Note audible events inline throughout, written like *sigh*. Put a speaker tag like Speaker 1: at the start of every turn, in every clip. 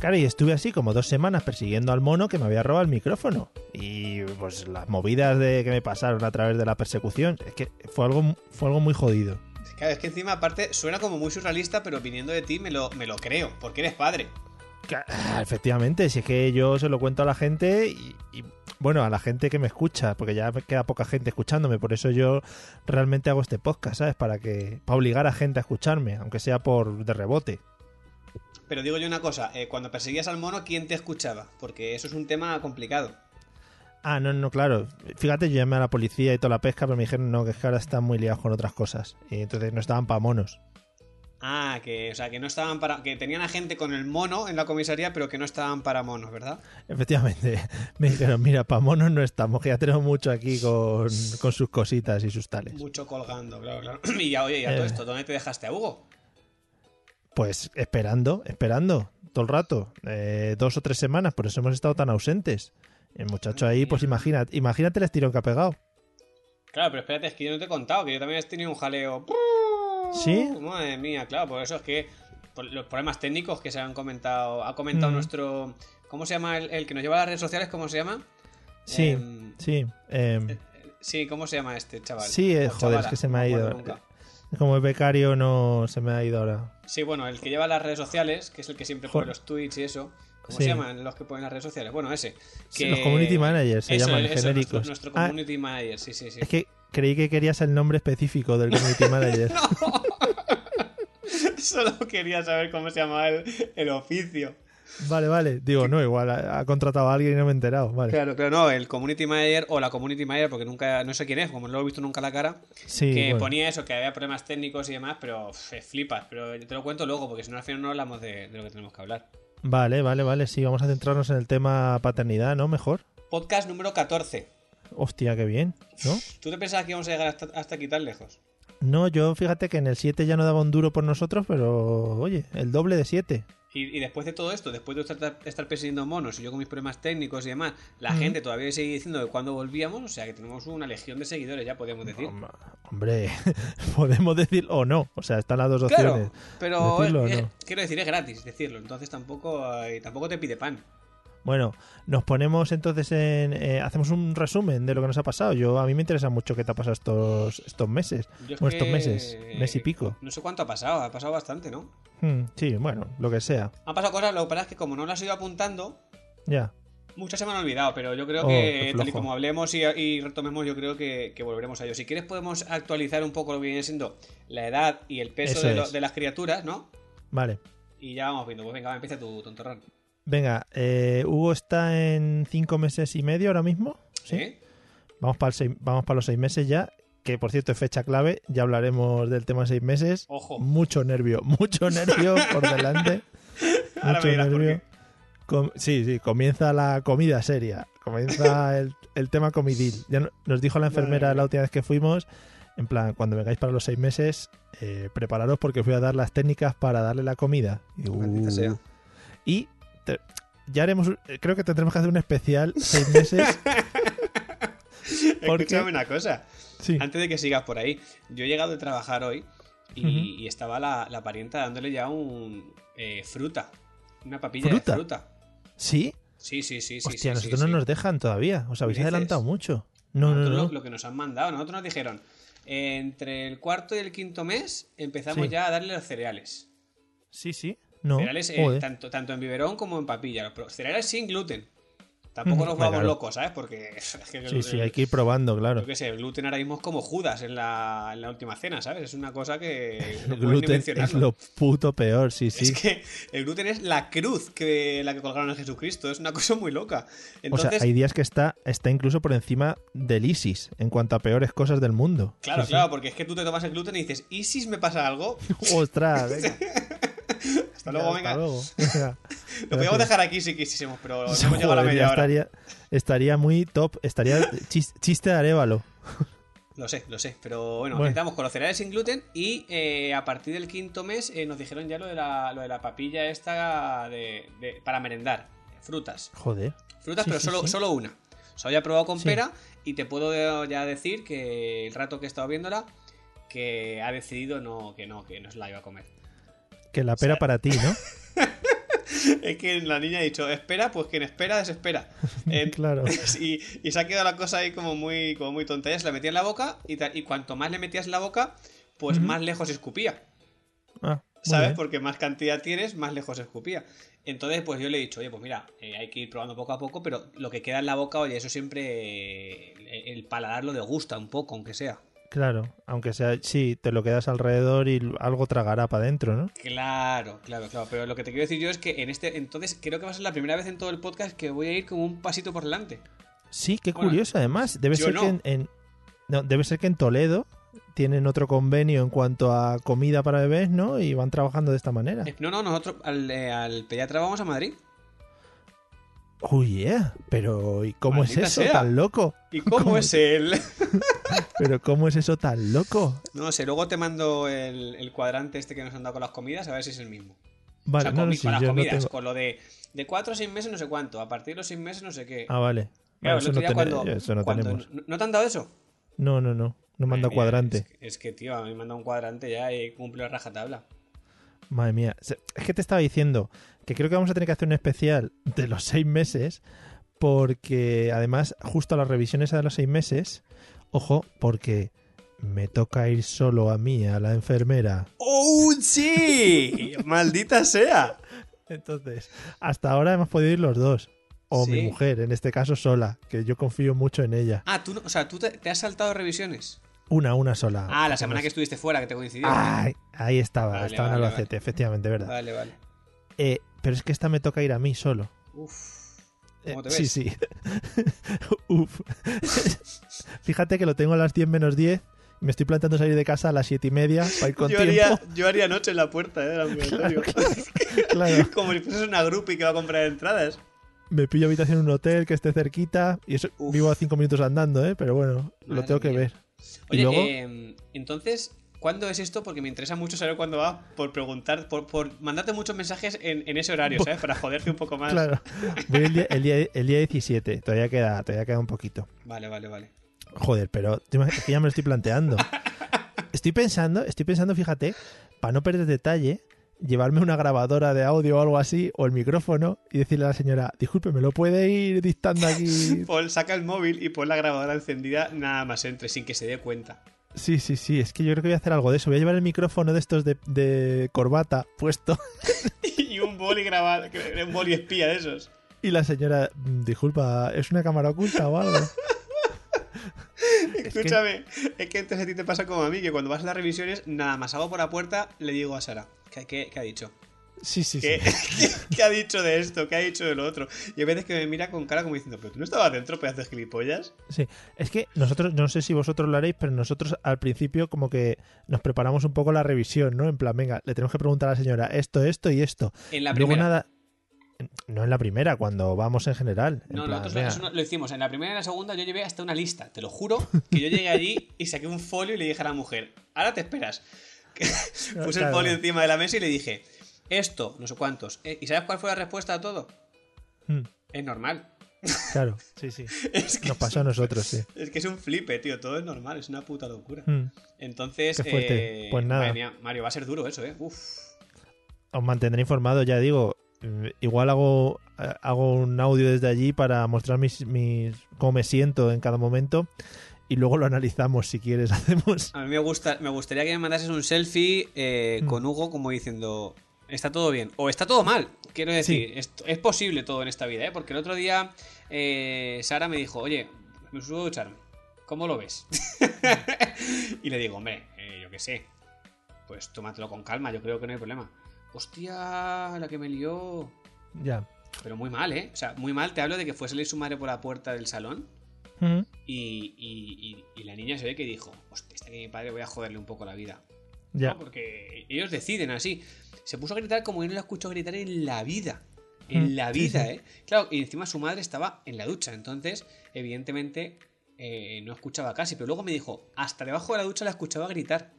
Speaker 1: Claro, y estuve así como dos semanas persiguiendo al mono que me había robado el micrófono. Y pues las movidas de que me pasaron a través de la persecución, es que fue algo, fue algo muy jodido.
Speaker 2: Claro, es que encima, aparte, suena como muy surrealista, pero viniendo de ti me lo, me lo creo, porque eres padre.
Speaker 1: Ca- Ah, Efectivamente, si es que yo se lo cuento a la gente y, y, bueno, a la gente que me escucha, porque ya me queda poca gente escuchándome, por eso yo realmente hago este podcast, ¿sabes? Para que para obligar a gente a escucharme, aunque sea por de rebote.
Speaker 2: Pero digo yo una cosa, eh, cuando perseguías al mono, ¿quién te escuchaba? Porque eso es un tema complicado.
Speaker 1: Ah, no, no, claro. Fíjate, yo llamé a la policía y toda la pesca, pero me dijeron no, que es que ahora están muy liados con otras cosas. Y entonces no estaban para monos.
Speaker 2: Ah, que, o sea, que no estaban para. que tenían a gente con el mono en la comisaría, pero que no estaban para monos, ¿verdad?
Speaker 1: Efectivamente, *laughs* me dijeron, mira, para monos no estamos, que ya tenemos mucho aquí con, con sus cositas y sus tales.
Speaker 2: Mucho colgando, claro, claro. *clears throat* Y ya, oye, ya
Speaker 1: Eh.
Speaker 2: todo esto, ¿dónde te dejaste a Hugo?
Speaker 1: Pues esperando, esperando, todo el rato. Eh, dos o tres semanas, por eso hemos estado tan ausentes. El muchacho ahí, pues imagínate, imagínate el estirón que ha pegado.
Speaker 2: Claro, pero espérate, es que yo no te he contado, que yo también he tenido un jaleo.
Speaker 1: ¿Sí?
Speaker 2: Madre mía, claro, por eso es que por los problemas técnicos que se han comentado, ha comentado
Speaker 1: Mm.
Speaker 2: nuestro... ¿Cómo se llama el, el que nos lleva a las redes sociales? ¿Cómo se llama?
Speaker 1: Sí,
Speaker 2: Em,
Speaker 1: sí. em,
Speaker 2: Sí, ¿cómo se llama este chaval?
Speaker 1: Sí, eh,
Speaker 2: O
Speaker 1: joder, es que se me ha
Speaker 2: no
Speaker 1: ido.
Speaker 2: acuerdo nunca.
Speaker 1: como es becario, no se me ha ido ahora.
Speaker 2: Sí, bueno, el que lleva las redes sociales, que es el que siempre pone
Speaker 1: Jo-
Speaker 2: los tweets y eso. ¿Cómo
Speaker 1: Sí.
Speaker 2: se llaman los que ponen las redes sociales? Bueno, ese.
Speaker 1: Sí,
Speaker 2: que-
Speaker 1: los community managers se
Speaker 2: Eso,
Speaker 1: llaman
Speaker 2: eso,
Speaker 1: genéricos.
Speaker 2: Nuestro, nuestro
Speaker 1: Ah,
Speaker 2: community manager, sí, sí, sí.
Speaker 1: es que creí que querías el nombre específico del community manager.
Speaker 2: *laughs* Solo quería saber cómo se llama el, el oficio.
Speaker 1: Vale, vale. Digo, no, igual ha, ha contratado a alguien y no me he enterado. Vale.
Speaker 2: Claro, claro, no, el community manager o la community manager, porque nunca, no sé quién es, como no lo he visto nunca la cara,
Speaker 1: Sí,
Speaker 2: que
Speaker 1: bueno.
Speaker 2: ponía eso, que había problemas técnicos y demás, pero uf, flipas, pero yo te lo cuento luego, porque si no al final no hablamos de, de lo que tenemos que hablar.
Speaker 1: Vale, vale, vale. Sí, vamos a centrarnos en el tema paternidad, ¿no? Mejor.
Speaker 2: Podcast número 14.
Speaker 1: Hostia, qué bien, ¿no?
Speaker 2: ¿Tú te pensabas que íbamos a llegar hasta, hasta aquí tan lejos?
Speaker 1: No, yo fíjate que en el 7 ya no daba un duro por nosotros, pero oye, el doble de 7.
Speaker 2: Y, y después de todo esto, después de estar, estar persiguiendo monos y yo con mis problemas técnicos y demás, la gente todavía sigue diciendo que cuando volvíamos, o sea que tenemos una legión de seguidores, ya podríamos decir.
Speaker 1: Hombre, *laughs* podemos decir o no, o sea, están las dos opciones.
Speaker 2: Claro, pero
Speaker 1: Decirlo o
Speaker 2: eh,
Speaker 1: no.
Speaker 2: quiero decir, es gratis decirlo, entonces tampoco, eh, tampoco te pide pan.
Speaker 1: Bueno, nos ponemos entonces en... eh, hacemos un resumen de lo que nos ha pasado. Yo A mí me interesa mucho qué te ha pasado estos, estos meses.
Speaker 2: Yo
Speaker 1: Bueno,
Speaker 2: es
Speaker 1: Pues estos
Speaker 2: que-
Speaker 1: meses, mes y pico.
Speaker 2: No sé cuánto ha pasado, ha pasado bastante, ¿no?
Speaker 1: Hmm, sí, bueno, lo que sea.
Speaker 2: Han pasado cosas, lo que pasa es que como no las he ido apuntando,
Speaker 1: Ya.
Speaker 2: muchas se me han olvidado, pero yo creo
Speaker 1: Oh,
Speaker 2: que
Speaker 1: qué
Speaker 2: tal y
Speaker 1: flojo.
Speaker 2: como hablemos y, y retomemos, yo creo que, que volveremos a ello. Si quieres podemos actualizar un poco lo que viene siendo la edad y el peso
Speaker 1: Eso
Speaker 2: de, lo-
Speaker 1: es.
Speaker 2: de las criaturas, ¿no?
Speaker 1: Vale.
Speaker 2: Y ya vamos viendo. Pues venga, va, empieza tu tontorrón.
Speaker 1: Venga, eh, Hugo está en cinco meses y medio ahora mismo. Sí.
Speaker 2: ¿Sí?
Speaker 1: Vamos para, el seis- vamos para los seis meses ya, que por cierto es fecha clave, ya hablaremos del tema seis meses.
Speaker 2: Ojo. *laughs*
Speaker 1: Mucho nervio, mucho nervio por delante.
Speaker 2: Ahora me dirás por
Speaker 1: Com- sí, sí, comienza la comida seria,
Speaker 2: *laughs*
Speaker 1: comienza el, el tema comidil. Ya no- nos dijo la enfermera
Speaker 2: Madre
Speaker 1: la última vez que fuimos, en plan, cuando vengáis para los seis meses, eh, prepararos porque os voy a dar las técnicas para darle la comida. Y,
Speaker 2: Maldita
Speaker 1: uh,
Speaker 2: sea.
Speaker 1: y te- eh,
Speaker 2: *laughs*
Speaker 1: ya haremos, un- creo que tendremos que hacer un especial seis meses Porque-
Speaker 2: Escúchame una cosa.
Speaker 1: Sí.
Speaker 2: Antes de que sigas por ahí, yo he llegado de trabajar hoy y,
Speaker 1: Ujú.
Speaker 2: y estaba la, la parienta dándole ya un eh, fruta. Una papilla
Speaker 1: ¿Fruta?
Speaker 2: de fruta.
Speaker 1: ¿Sí?
Speaker 2: Sí, sí, sí, sí.
Speaker 1: Hostia,
Speaker 2: sí,
Speaker 1: nosotros
Speaker 2: sí,
Speaker 1: no
Speaker 2: sí.
Speaker 1: nos dejan todavía. Os habéis
Speaker 2: ¿Dices?
Speaker 1: adelantado mucho. No, no,
Speaker 2: Nosotros
Speaker 1: no.
Speaker 2: Lo, lo que nos han mandado, nosotros nos dijeron, entre el cuarto y el quinto mes empezamos
Speaker 1: Sí.
Speaker 2: ya a darle los cereales.
Speaker 3: Sí, sí.
Speaker 1: No.
Speaker 2: cereales eh,
Speaker 1: Joder.
Speaker 2: tanto, tanto en biberón como en papilla. Los pro- cereales sin gluten. Tampoco
Speaker 1: Ujú.
Speaker 2: nos
Speaker 1: Ah,
Speaker 2: vamos
Speaker 1: claro.
Speaker 2: locos, ¿sabes? Porque *laughs* es que el-
Speaker 1: Sí, sí,
Speaker 2: el-
Speaker 1: hay que ir probando, claro.
Speaker 2: Yo qué sé, el gluten ahora mismo es como Judas en la, en la última cena, ¿sabes? Es una
Speaker 1: *laughs*
Speaker 2: cosa que
Speaker 1: El
Speaker 2: no puedes ni
Speaker 1: gluten es
Speaker 2: mencionarlo.
Speaker 1: lo puto peor, sí, sí.
Speaker 2: *laughs* Es que el gluten es la cruz que la que colgaron a Jesucristo, es una cosa muy loca. Entonces,
Speaker 1: o sea, hay días que está, está incluso por encima del ISIS en cuanto a peores cosas del mundo.
Speaker 2: claro,
Speaker 1: Sí, sí.
Speaker 2: claro, porque es que tú te tomas el gluten y dices, ¿y si me pasa algo?
Speaker 1: *laughs* Ostras, venga.
Speaker 2: *laughs* Hasta luego, venga.
Speaker 1: luego.
Speaker 2: Lo podíamos dejar aquí si quisiésemos, pero no hemos
Speaker 1: Joder,
Speaker 2: llegado a la
Speaker 1: ya
Speaker 2: media hora.
Speaker 1: estaría, estaría muy top, estaría chis- chiste de Arevalo.
Speaker 2: Lo sé, lo sé, pero bueno,
Speaker 1: Bueno.
Speaker 2: empezamos con los cereales sin gluten y eh, a partir del quinto mes eh, nos dijeron ya lo de la, lo de la papilla esta de- de, para merendar, frutas.
Speaker 1: Joder.
Speaker 2: Frutas,
Speaker 1: Sí,
Speaker 2: pero
Speaker 1: sí,
Speaker 2: solo,
Speaker 1: sí.
Speaker 2: solo una. O sea, ya he probado con
Speaker 1: Sí.
Speaker 2: pera y te puedo de- ya decir que el rato que he estado viéndola, que ha decidido no, que no, que no se la iba
Speaker 1: *laughs*
Speaker 2: a comer.
Speaker 1: Que la pera para ti, ¿no?
Speaker 2: es que la niña ha dicho, espera, pues quien
Speaker 1: *laughs*
Speaker 2: espera, desespera. *laughs* Eh,
Speaker 1: Claro.
Speaker 2: *laughs* y, y se ha quedado la cosa ahí como muy, como muy tonta. Ella se la metía en la boca y, tal, y cuanto más le metías en la boca, pues
Speaker 1: Ujú.
Speaker 2: más lejos escupía.
Speaker 1: Ah, muy
Speaker 2: ¿Sabes?
Speaker 1: bien.
Speaker 2: Porque más cantidad tienes, más lejos escupía. Entonces, pues yo le he dicho, oye, pues mira, eh, hay que ir probando poco a poco, pero lo que queda en la boca, oye, eso siempre eh, el paladar lo degusta un poco, aunque sea.
Speaker 1: Claro, aunque sea, sí, te lo quedas alrededor y algo tragará para adentro, ¿no?
Speaker 2: Claro, claro, claro. Pero lo que te quiero decir yo es que en este, entonces creo que va a ser la primera vez en todo el podcast que voy a ir como un pasito por *laughs* delante.
Speaker 1: Sí, qué
Speaker 2: Bueno,
Speaker 1: curioso, además. Debe
Speaker 2: yo
Speaker 1: ser
Speaker 2: no.
Speaker 1: que en, en- no, debe ser que en Toledo tienen otro convenio en cuanto a comida para bebés, ¿no? Y van trabajando de esta manera.
Speaker 2: Eh, No, no, nosotros al, eh, al pediatra vamos a Madrid.
Speaker 1: Oh yeah, pero ¿y cómo
Speaker 2: Maldita
Speaker 1: es eso
Speaker 2: sea.
Speaker 1: tan loco?
Speaker 2: ¿Y cómo,
Speaker 1: ¿Cómo?
Speaker 2: es él?
Speaker 1: Pero ¿cómo es eso tan loco?
Speaker 2: No sé, luego te mando el, el cuadrante este que nos han dado con las comidas, a ver si es el mismo. O
Speaker 1: Vale,
Speaker 2: sea,
Speaker 1: no
Speaker 2: con,
Speaker 1: lo
Speaker 2: mi-
Speaker 1: sé,
Speaker 2: con las
Speaker 1: yo no
Speaker 2: comidas,
Speaker 1: tengo-
Speaker 2: con lo de de 4 a 6 meses no sé cuánto, a partir de los 6 meses no sé qué.
Speaker 1: Ah, vale. Vale,
Speaker 2: claro, el
Speaker 1: eso,
Speaker 2: otro
Speaker 1: no
Speaker 2: día
Speaker 1: ten-
Speaker 2: cuando,
Speaker 1: eso no
Speaker 2: cuando-
Speaker 1: tenemos.
Speaker 2: ¿no- ¿No te han dado eso?
Speaker 1: No, no, no. No me han dado
Speaker 2: Madre mía,
Speaker 1: cuadrante.
Speaker 2: Es, que- es que, tío, a mí me han dado un cuadrante ya y cumplo la rajatabla.
Speaker 1: Madre mía. Se- Es que te estaba diciendo que creo que vamos a tener que hacer un especial de los seis meses, porque además, justo a las revisiones de los seis meses, ojo, porque me toca ir solo a mí, a la enfermera.
Speaker 2: ¡Oh, *laughs* sí! ¡Maldita sea!
Speaker 1: Entonces, hasta ahora hemos podido ir los dos. O mi
Speaker 2: Sí.
Speaker 1: mujer, en este caso sola, que yo confío mucho en ella.
Speaker 2: Ah, tú, no- o sea, tú te, te has saltado revisiones.
Speaker 1: Una, una sola.
Speaker 2: Ah, la semana que estuviste fuera, que te coincidió.
Speaker 1: Ay, ahí estaba,
Speaker 2: Vale,
Speaker 1: estaba en
Speaker 2: vale,
Speaker 1: Albacete, efectivamente, Ah, ¿verdad?
Speaker 2: Vale, vale.
Speaker 1: Eh, pero es que esta me toca ir a mí solo.
Speaker 2: Uf.
Speaker 1: Eh,
Speaker 2: ¿Cómo te
Speaker 1: sí,
Speaker 2: ves?
Speaker 1: sí. *laughs* Uf. Fíjate que lo tengo a las 10 menos 10. Me estoy planteando salir de casa a las 7 y media
Speaker 2: *laughs*
Speaker 1: para ir con
Speaker 2: Yo
Speaker 1: tiempo.
Speaker 2: haría, yo haría noche en la
Speaker 1: *laughs*
Speaker 2: puerta eh, del ambulatorio.
Speaker 1: Claro,
Speaker 2: *laughs* Como si fuese una grupi que va a comprar entradas.
Speaker 1: me pillo habitación en un hotel que esté cerquita. Y eso,
Speaker 2: Uf.
Speaker 1: vivo a 5 minutos andando, ¿eh? Pero bueno, lo
Speaker 2: Madre
Speaker 1: tengo que
Speaker 2: mía.
Speaker 1: ver.
Speaker 2: Oye,
Speaker 1: y luego,
Speaker 2: eh, entonces, ¿cuándo es esto? Porque me interesa mucho saber cuándo va por preguntar, por, por mandarte muchos mensajes en, en ese horario, ¿sabes? Para joderte un poco más.
Speaker 1: claro, voy el día, el día, el día 17. Todavía queda, todavía queda un poquito.
Speaker 2: Vale, vale, vale.
Speaker 1: Joder, pero te imag- es que ya me lo estoy planteando. Estoy pensando, estoy pensando, fíjate, para no perder detalle, llevarme una grabadora de audio o algo así, o el micrófono, y decirle a la señora, disculpe, ¿me lo puede ir dictando
Speaker 2: *laughs*
Speaker 1: aquí?
Speaker 2: Paul saca el móvil y pon la grabadora encendida nada más entre, sin que se dé cuenta. *laughs*
Speaker 1: Sí, sí, sí, es que yo creo que voy a hacer algo de eso. Voy a llevar el micrófono de estos de, de corbata puesto, *laughs*
Speaker 2: y un boli grabado, un boli espía de esos.
Speaker 1: y la señora, "Mm, disculpa, ¿es una cámara oculta o algo? Es que-
Speaker 2: Escúchame, es que entonces a ti te pasa como a mí, que cuando vas a las revisiones, nada más hago por la puerta, le digo a Sara, ¿qué, qué- qué ha dicho?
Speaker 1: Sí, sí, sí.
Speaker 2: ¿Qué, *laughs* qué- qué ha dicho de esto? ¿Qué ha dicho de lo otro? Y a veces que me mira con cara como diciendo, ¿pero tú no estabas dentro, pedazo de gilipollas?
Speaker 1: Sí, es que nosotros, no sé si vosotros lo haréis, pero nosotros al principio como que nos preparamos un poco la revisión, ¿no? En plan, venga, le tenemos que preguntar a la señora esto, esto y esto.
Speaker 2: En la
Speaker 1: Luego
Speaker 2: primera.
Speaker 1: nada... No en la primera, cuando vamos en general. En
Speaker 2: no,
Speaker 1: plan,
Speaker 2: nosotros
Speaker 1: venga,
Speaker 2: eso no- lo hicimos. En la primera y la segunda yo llevé hasta una lista, te lo juro, que yo llegué allí y saqué un folio y le dije a la mujer, ahora te esperas. Puse el
Speaker 1: claro.
Speaker 2: folio encima de la mesa y le dije, esto, no sé cuántos. Eh, ¿Y sabes cuál fue la respuesta a todo?
Speaker 1: Mm.
Speaker 2: Es normal. *laughs*
Speaker 1: Claro, sí, sí.
Speaker 2: Es que
Speaker 1: Nos
Speaker 2: es
Speaker 1: pasó a
Speaker 2: un-
Speaker 1: nosotros, sí.
Speaker 2: Es que es un flipe, tío. Todo es normal, es una puta locura.
Speaker 1: Mm.
Speaker 2: Entonces,
Speaker 1: Qué fuerte.
Speaker 2: eh,
Speaker 1: Pues nada.
Speaker 2: madre mía, Mario, va a ser duro eso, ¿eh? Uf.
Speaker 1: Os mantendré informado, ya digo. eh, Igual hago, eh, hago un audio desde allí para mostrar mis, mis, cómo me siento en cada momento. Y luego lo analizamos si quieres, *laughs* hacemos.
Speaker 2: A mí me, gusta, me gustaría que me mandases un selfie eh,
Speaker 1: Mm.
Speaker 2: con Hugo como diciendo, está todo bien o está todo mal. Quiero decir, es, es posible todo en esta vida, ¿eh? porque el otro día eh, Sara me dijo, oye, me subo a ducharme, ¿cómo lo ves? *laughs* y le digo, hombre, eh, yo qué sé, pues tómatelo con calma, yo creo que no hay problema. Hostia, la que me lió.
Speaker 1: Ya.
Speaker 2: Pero muy mal, ¿eh? O sea, muy mal, te hablo de que fue salir su madre por la puerta del salón
Speaker 1: Mm.
Speaker 2: y, y- y- y la niña se ve que dijo, hostia, este que mi padre voy a joderle un poco la vida.
Speaker 1: Ya.
Speaker 2: ¿no? Porque ellos deciden así. Se puso a gritar como yo no la escucho gritar en la vida. En
Speaker 1: Mm,
Speaker 2: la
Speaker 1: sí,
Speaker 2: vida,
Speaker 1: sí.
Speaker 2: ¿eh? Claro, y encima su madre estaba en la ducha, entonces, evidentemente, eh, no escuchaba casi. Pero luego me dijo, hasta debajo de la ducha la escuchaba
Speaker 1: *laughs*
Speaker 2: gritar.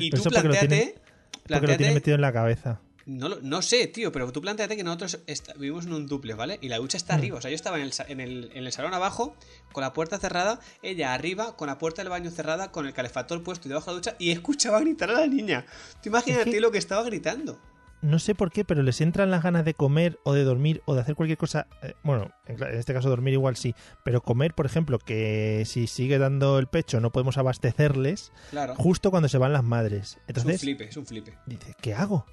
Speaker 2: Y
Speaker 1: Pero
Speaker 2: tú
Speaker 1: eso porque lo tiene-
Speaker 2: planteate,
Speaker 1: Porque lo tiene
Speaker 2: planteate-
Speaker 1: metido en la cabeza.
Speaker 2: no, lo- no sé, tío, pero tú planteate que nosotros esta- vivimos en un duple, ¿vale? Y la ducha está
Speaker 1: Mm.
Speaker 2: arriba. O sea, yo estaba en el, sa- en, el, en el salón abajo, con la puerta cerrada, ella arriba, con la puerta del baño cerrada, con el calefactor puesto y debajo de la ducha, y escuchaba gritar a la niña. Tú imagínate
Speaker 1: Es que-
Speaker 2: lo que estaba gritando.
Speaker 1: No sé por qué, pero les entran las ganas de comer o de dormir o de hacer cualquier cosa. eh, bueno, en cla- en este caso dormir igual sí, pero comer, por ejemplo, que si sigue dando el pecho no podemos abastecerles
Speaker 2: Claro.
Speaker 1: justo cuando se van las madres.
Speaker 2: Es un
Speaker 1: Entonces,
Speaker 2: flipe, es un flipe.
Speaker 1: dices, ¿qué hago?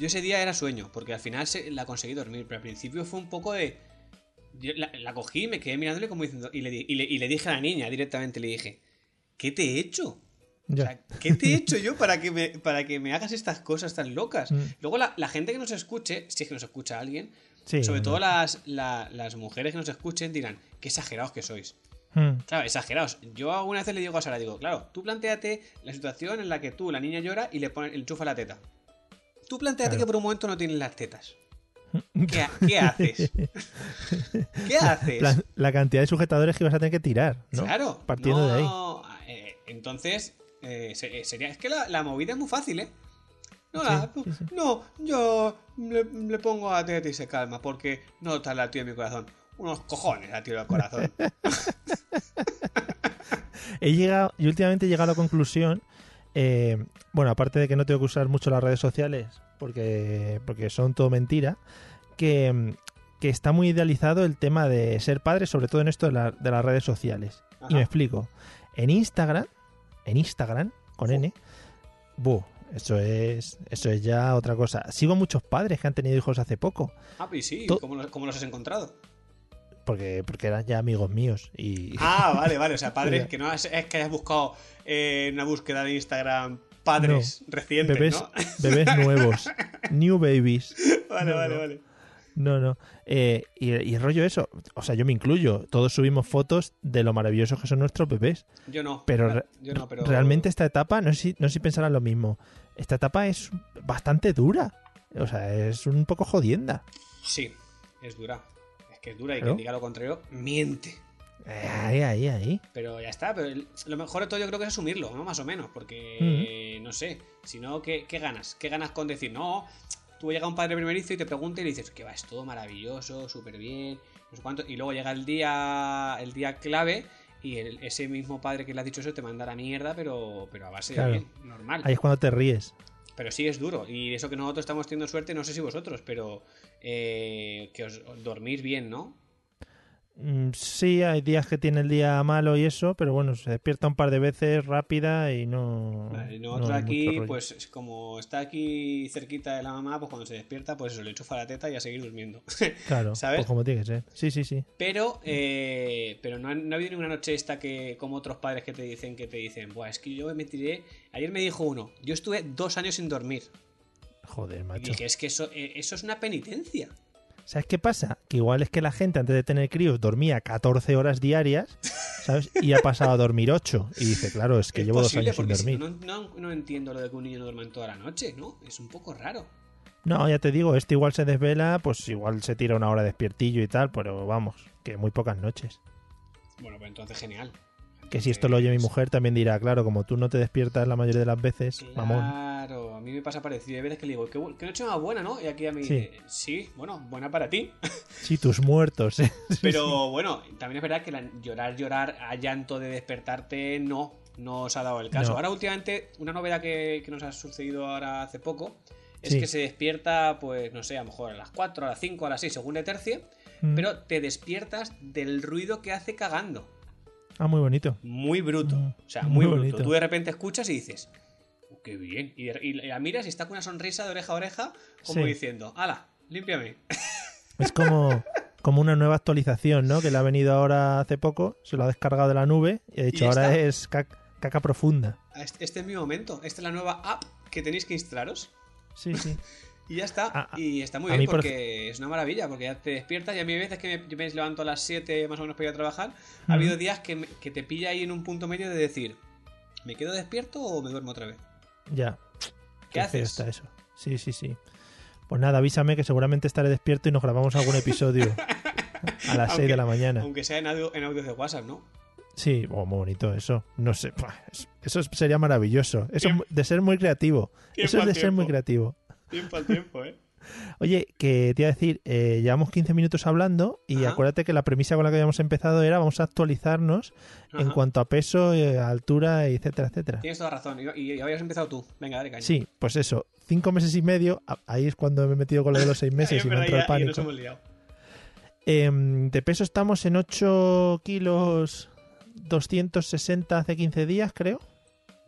Speaker 2: Yo ese día era sueño, porque al final se- la conseguí dormir, pero al principio fue un poco de. yo la, la cogí y me quedé mirándole como diciendo. Y le, di- y le- y le dije a la niña directamente, le dije, ¿qué te he hecho?
Speaker 1: Ya.
Speaker 2: O sea, ¿qué te he hecho yo para que me, para que me hagas estas cosas tan locas?
Speaker 1: Mm.
Speaker 2: Luego la, la gente que nos escuche, si es que nos escucha alguien,
Speaker 1: Sí,
Speaker 2: sobre
Speaker 1: no.
Speaker 2: todo las, la- las mujeres que nos escuchen dirán, qué exagerados que sois.
Speaker 1: Mm,
Speaker 2: Claro, exagerados. Yo alguna vez le digo a Sara, digo, claro, tú planteate la situación en la que tú, la niña llora y le ponen, enchufa la teta. Tú planteate
Speaker 1: Claro.
Speaker 2: que por un momento no tienes las
Speaker 1: *laughs*
Speaker 2: tetas. ¿Qué, ha- qué haces? ¿Qué haces?
Speaker 1: La, la cantidad de sujetadores que ibas a tener que tirar, ¿no?
Speaker 2: Claro.
Speaker 1: Partiendo de ahí.
Speaker 2: no, eh, entonces, eh, se- eh, sería. Es que la, la movida es muy fácil, ¿eh? No, la-
Speaker 1: Sí, sí, sí.
Speaker 2: no yo le, le pongo a Tete y se calma, porque no está la tía en mi corazón. Unos cojones la tiro
Speaker 1: *laughs*
Speaker 2: al corazón.
Speaker 1: He llegado, y últimamente he llegado a la conclusión, eh, bueno, aparte de que no tengo que usar mucho las redes sociales, porque, porque son todo mentira, que, mm, que está muy idealizado el tema de ser padre, sobre todo en esto de, la- de las redes sociales. Y
Speaker 2: Ajá.
Speaker 1: me explico. En Instagram, en Instagram, con N, buh, eso es, eso es ya otra cosa. Sigo muchos padres que han tenido hijos hace poco.
Speaker 2: Ah, y sí,
Speaker 1: To-
Speaker 2: ¿cómo los, cómo los
Speaker 1: *laughs*
Speaker 2: has encontrado?
Speaker 1: Porque, porque eran ya amigos míos. Y,
Speaker 2: Ah, vale, vale. O sea, padres
Speaker 1: Ya.
Speaker 2: que no has- es que hayas buscado eh, en una búsqueda de Instagram padres recientes,
Speaker 1: *laughs* bebés,
Speaker 2: ¿no? *laughs*
Speaker 1: bebés nuevos. New babies.
Speaker 2: vale,
Speaker 1: no,
Speaker 2: vale,
Speaker 1: no.
Speaker 2: vale.
Speaker 1: No, no. Eh, y, y rollo eso. O sea, yo me incluyo. Todos subimos fotos de lo maravillosos que son nuestros bebés.
Speaker 2: Yo no.
Speaker 1: Pero,
Speaker 2: ra-
Speaker 1: re-
Speaker 2: yo no, pero.
Speaker 1: realmente esta etapa, no sé, si, no sé si pensarán lo mismo. Esta etapa es bastante dura. O sea, es un poco jodienda.
Speaker 2: Sí, es dura. Es que es dura y
Speaker 1: Claro.
Speaker 2: quien diga lo contrario miente.
Speaker 1: Eh, Ahí, ahí, ahí.
Speaker 2: Pero ya está, pero el- lo mejor de todo yo creo que es asumirlo, ¿no? Más o menos, porque eh, no sé, si no, ¿qué, qué ganas? ¿Qué ganas con decir, no, tú llega un padre primerizo y te pregunta y le dices, que va, es todo maravilloso, súper bien, no sé cuánto, y luego llega el día, el día clave y el- ese mismo padre que le ha dicho eso te manda a la mierda, pero, pero a base
Speaker 1: Claro.
Speaker 2: de bien, normal.
Speaker 1: Ahí es cuando te ríes.
Speaker 2: Pero sí es duro. Y eso que nosotros estamos teniendo suerte, no sé si vosotros, pero eh, que os os dormís bien, ¿no?
Speaker 1: Mm, Sí, hay días que tiene el día malo y eso, pero bueno, se despierta un par de veces rápida y no.
Speaker 2: Vale, y
Speaker 1: no
Speaker 2: nosotros
Speaker 1: hay mucho
Speaker 2: aquí,
Speaker 1: rollo.
Speaker 2: pues es como está aquí cerquita de la mamá, pues cuando se despierta, pues eso, le enchufa la teta y a seguir durmiendo. *laughs*
Speaker 1: Claro,
Speaker 2: ¿sabes?
Speaker 1: pues como tiene que ser. Sí, sí, sí.
Speaker 2: pero eh, pero no, ha- no ha habido ninguna noche esta que, como otros padres que te dicen, que te dicen, Buah, es que yo me tiré. Ayer me dijo uno, yo estuve dos años sin dormir.
Speaker 1: Joder,
Speaker 2: Y
Speaker 1: macho.
Speaker 2: dije, es que eso, eh, eso es una penitencia.
Speaker 1: ¿Sabes qué pasa? Que igual es que la gente antes de tener críos dormía 14 horas diarias, ¿sabes? Y ha pasado a dormir 8. Y dice, claro, es que
Speaker 2: es
Speaker 1: llevo dos
Speaker 2: posible,
Speaker 1: años sin
Speaker 2: porque si-
Speaker 1: dormir.
Speaker 2: no, no, no entiendo lo de que un niño no duerma en toda la noche, ¿no? Es un poco raro.
Speaker 1: No, ya te digo, este igual se desvela, pues igual se tira una hora despiertillo y tal, pero vamos, que muy pocas noches.
Speaker 2: Bueno, pues entonces genial.
Speaker 1: Que si esto lo oye mi mujer también dirá, claro, como tú no te despiertas la mayoría de las veces, mamón.
Speaker 2: Claro, a mí me pasa parecido. Hay veces que le digo, qué, bu- qué noche más buena, ¿no? Y aquí a mí, sí, sí bueno, buena para ti. *laughs*
Speaker 1: Sí, tus muertos, *laughs* ¿eh?
Speaker 2: Pero bueno, también es verdad que la- llorar, llorar a llanto de despertarte, no, no os ha dado el caso.
Speaker 1: No.
Speaker 2: Ahora últimamente, una novedad que, que nos ha sucedido ahora hace poco es
Speaker 1: Sí.
Speaker 2: que se despierta, pues no sé, a lo mejor a las 4, a las 5, a las 6, según le tercie,
Speaker 1: Mm.
Speaker 2: pero te despiertas del ruido que hace cagando.
Speaker 1: Ah, muy bonito.
Speaker 2: Muy bruto,
Speaker 1: Mm,
Speaker 2: o sea, muy,
Speaker 1: muy
Speaker 2: bruto.
Speaker 1: bonito.
Speaker 2: Tú de repente escuchas y dices, "Oh, qué bien. Y, de- y la miras y está con una sonrisa de oreja a oreja, como
Speaker 1: Sí.
Speaker 2: diciendo, ala, límpiame. *laughs*
Speaker 1: Es como, como una nueva actualización, ¿no? Que le ha venido ahora hace poco, se lo ha descargado de la nube y ha dicho,
Speaker 2: ya
Speaker 1: ahora
Speaker 2: está.
Speaker 1: es ca- caca profunda.
Speaker 2: Este este es mi momento, esta es la nueva app que tenéis que instalaros.
Speaker 1: Sí, sí.
Speaker 2: Y ya está.
Speaker 1: A- a-
Speaker 2: y está muy
Speaker 1: a
Speaker 2: bien
Speaker 1: mí, por
Speaker 2: porque es una maravilla, porque ya te despiertas. Y a mí hay veces que me, yo me levanto a las 7 más o menos para ir a trabajar.
Speaker 1: Ujú.
Speaker 2: Ha habido días que, me- que te pilla ahí en un punto medio de decir, ¿me quedo despierto o me duermo otra vez?
Speaker 1: Ya.
Speaker 2: ¿Qué
Speaker 1: feo
Speaker 2: haces?
Speaker 1: está eso. Sí, sí, sí. Pues nada, avísame que seguramente estaré despierto y nos grabamos algún episodio a las 6
Speaker 2: Aunque-
Speaker 1: de la mañana.
Speaker 2: Aunque sea en, audio, en audios de WhatsApp,
Speaker 1: *laughs*
Speaker 2: ¿no?
Speaker 1: Sí, oh, muy bonito eso. No sé, buah, es- eso sería maravilloso. Eso es mu- de ser muy creativo.
Speaker 2: tiempo
Speaker 1: Eso es
Speaker 2: al
Speaker 1: de ser muy
Speaker 2: tiempo.
Speaker 1: creativo.
Speaker 2: Tiempo al tiempo, ¿eh?
Speaker 1: Oye, que te iba a decir, eh, llevamos 15 minutos hablando y
Speaker 2: Ajá.
Speaker 1: acuérdate que la premisa con la que habíamos empezado era vamos a actualizarnos en
Speaker 2: Ajá.
Speaker 1: cuanto a peso, eh, altura, etcétera, etcétera.
Speaker 2: Tienes toda razón. Y, y habías empezado tú. Venga, dale caña.
Speaker 1: Sí, pues eso, cinco meses y medio, a- ahí es cuando me he metido con lo de los seis meses
Speaker 2: *laughs* Ahí
Speaker 1: y me
Speaker 2: es
Speaker 1: ha entrado el
Speaker 2: verdad, ya- ya nos
Speaker 1: pánico.
Speaker 2: hemos liado.
Speaker 1: Em, de peso estamos en 8 kilos 260 hace 15 días, creo.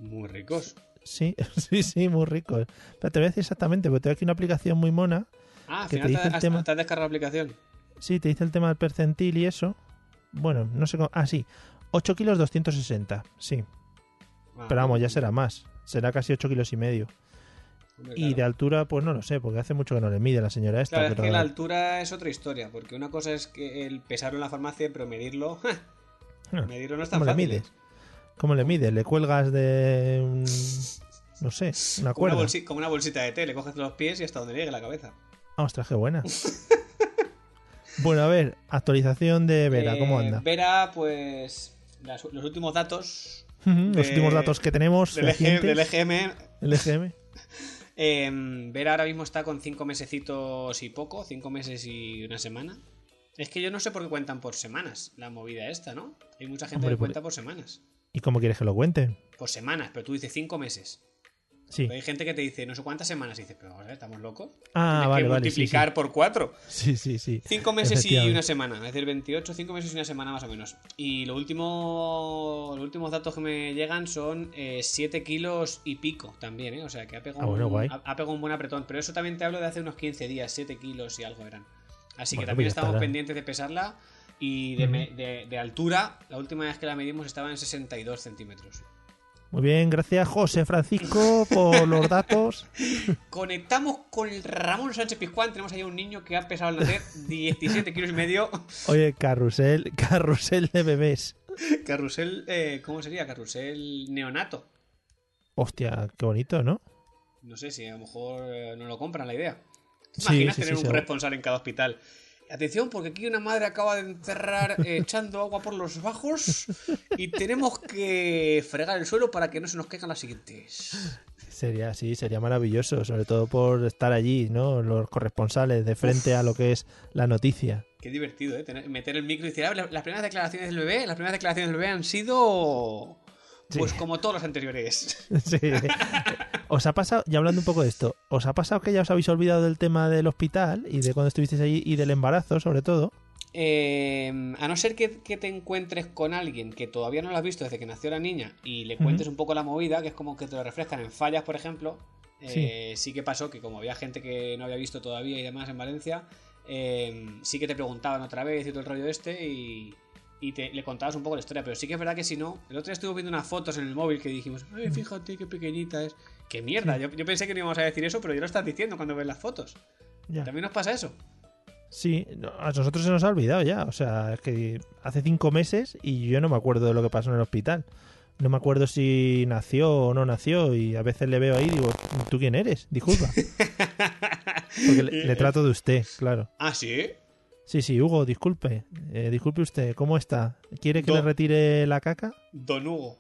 Speaker 2: Muy ricos.
Speaker 1: Sí, *laughs* sí, sí, muy rico. eh. Pero te voy a decir exactamente, porque tengo aquí una aplicación muy mona.
Speaker 2: Ah, al
Speaker 1: Que te
Speaker 2: final te,
Speaker 1: dice el
Speaker 2: has,
Speaker 1: tema.
Speaker 2: te has descargado la aplicación.
Speaker 1: Sí, te dice el tema del percentil y eso. Bueno, no sé cómo. Ah, sí. 8 kilos 260, sí.
Speaker 2: Ah,
Speaker 1: Pero vamos, ya será más. Será casi 8 kilos y medio.
Speaker 2: hombre,
Speaker 1: Y
Speaker 2: claro.
Speaker 1: de altura, pues no lo sé, porque hace mucho que no le mide la señora esta.
Speaker 2: Claro, es
Speaker 1: pero-
Speaker 2: que la altura es otra historia, porque una cosa es que el pesarlo en la farmacia, pero medirlo, *laughs* ja,
Speaker 1: Ah,
Speaker 2: medirlo no es tan
Speaker 1: ¿Cómo le
Speaker 2: fácil. ¿eh?
Speaker 1: mides? ¿Cómo le mides? ¿Le cuelgas de. un- No sé, una
Speaker 2: Como una,
Speaker 1: cuerda?
Speaker 2: bolsi- como una bolsita de té, le coges los pies y hasta donde llegue la cabeza.
Speaker 1: Ah, ostras, qué buena. bueno, a ver, actualización de Vera, ¿cómo
Speaker 2: Eh,
Speaker 1: anda?
Speaker 2: Vera, pues las- los últimos datos
Speaker 1: Ujú, Los
Speaker 2: de-
Speaker 1: últimos datos que tenemos.
Speaker 2: del, EG
Speaker 1: recientes,
Speaker 2: del E EGM,
Speaker 1: el E EGM.
Speaker 2: eh, Vera ahora mismo está con cinco mesecitos y poco, cinco meses y una semana. Es que yo no sé por qué cuentan por semanas la movida esta, ¿no? Hay mucha gente
Speaker 1: Hombre, pues
Speaker 2: que
Speaker 1: por-
Speaker 2: cuenta por semanas.
Speaker 1: ¿Y cómo quieres que lo cuente?
Speaker 2: Por semanas, pero tú dices cinco meses.
Speaker 1: Sí.
Speaker 2: Pero hay gente que te dice no sé cuántas semanas y dices, pero vamos a ver, estamos locos.
Speaker 1: Ah, vale,
Speaker 2: Tienes que
Speaker 1: vale. sí,
Speaker 2: multiplicar por cuatro.
Speaker 1: Sí, sí, sí. sí.
Speaker 2: Cinco meses y
Speaker 1: Efectivamente.
Speaker 2: una semana. Es decir, 28, cinco meses y una semana más o menos. Y lo último, los últimos datos que me llegan son 7 kilos y pico también, ¿eh? O sea, que ha pegado,
Speaker 1: Ah, bueno,
Speaker 2: un,
Speaker 1: guay.
Speaker 2: ha, ha pegado un buen apretón. Pero eso también te hablo de hace unos 15 días, 7 kilos y algo eran. Así que
Speaker 1: Bueno, pues
Speaker 2: también
Speaker 1: ya
Speaker 2: estamos
Speaker 1: estará.
Speaker 2: pendientes de pesarla. Y de, me- de- de altura, la última vez que la medimos estaba en 62 centímetros.
Speaker 1: Muy bien, gracias José Francisco por los datos.
Speaker 2: Conectamos con el Ramón Sánchez Pizjuán. Tenemos ahí un niño que ha pesado al nacer 17 kilos y medio.
Speaker 1: Oye, carrusel, *laughs* carrusel de bebés.
Speaker 2: Carrusel, eh, ¿cómo sería? Carrusel neonato.
Speaker 1: Hostia, qué bonito, ¿no?
Speaker 2: No sé si a lo mejor eh, no lo compran la idea. ¿Te
Speaker 1: Sí,
Speaker 2: imaginas
Speaker 1: sí, sí,
Speaker 2: tener un
Speaker 1: seguro.
Speaker 2: corresponsal en cada hospital? Atención, porque aquí una madre acaba de enterrar
Speaker 1: *laughs*
Speaker 2: eh, echando agua por los bajos y tenemos que fregar el suelo para que no se nos caigan las siguientes.
Speaker 1: Sería, sí, sería maravilloso, sobre todo por estar allí, ¿no? Los corresponsales de frente a lo que es la noticia. *laughs*
Speaker 2: Qué divertido, ¿eh? Tener- meter el micro y decir, "Ah, la- las primeras declaraciones del bebé, las primeras declaraciones del bebé han sido... Pues
Speaker 1: Sí.
Speaker 2: como todos los anteriores.
Speaker 1: Sí. ¿Os ha pasado, ya hablando un poco de esto, os ha pasado que ya os habéis olvidado del tema del hospital y de cuando estuvisteis allí y del embarazo, sobre todo?
Speaker 2: Eh, a no ser que, que te encuentres con alguien que todavía no lo has visto desde que nació la niña y le
Speaker 1: Ujú.
Speaker 2: cuentes un poco la movida, que es como que te lo refrescan en fallas, por ejemplo. eh, sí. que pasó que como había gente que no había visto todavía y demás en Valencia, eh, sí que te preguntaban otra vez y todo el rollo este y, y te, le contabas un poco la historia. Pero sí que es verdad que si no, el otro día estuve viendo unas fotos en el móvil que dijimos, ay, fíjate qué pequeñita es. ¡Qué mierda! Yo, yo pensé que no íbamos a decir eso, pero ya lo estás diciendo cuando ves las fotos.
Speaker 1: Ya.
Speaker 2: También nos pasa eso.
Speaker 1: Sí, no, a nosotros se nos ha olvidado ya. O sea, es que hace cinco meses y yo no me acuerdo de lo que pasó en el hospital. No me acuerdo si nació o no nació y a veces le veo ahí y digo, ¿tú quién eres? Disculpa. Porque le, le trato de usted, claro.
Speaker 2: Ah, sí.
Speaker 1: Sí, sí, Hugo, disculpe. Eh, disculpe usted, ¿cómo está? ¿Quiere que
Speaker 2: Do-
Speaker 1: le retire la caca?
Speaker 2: Don Hugo.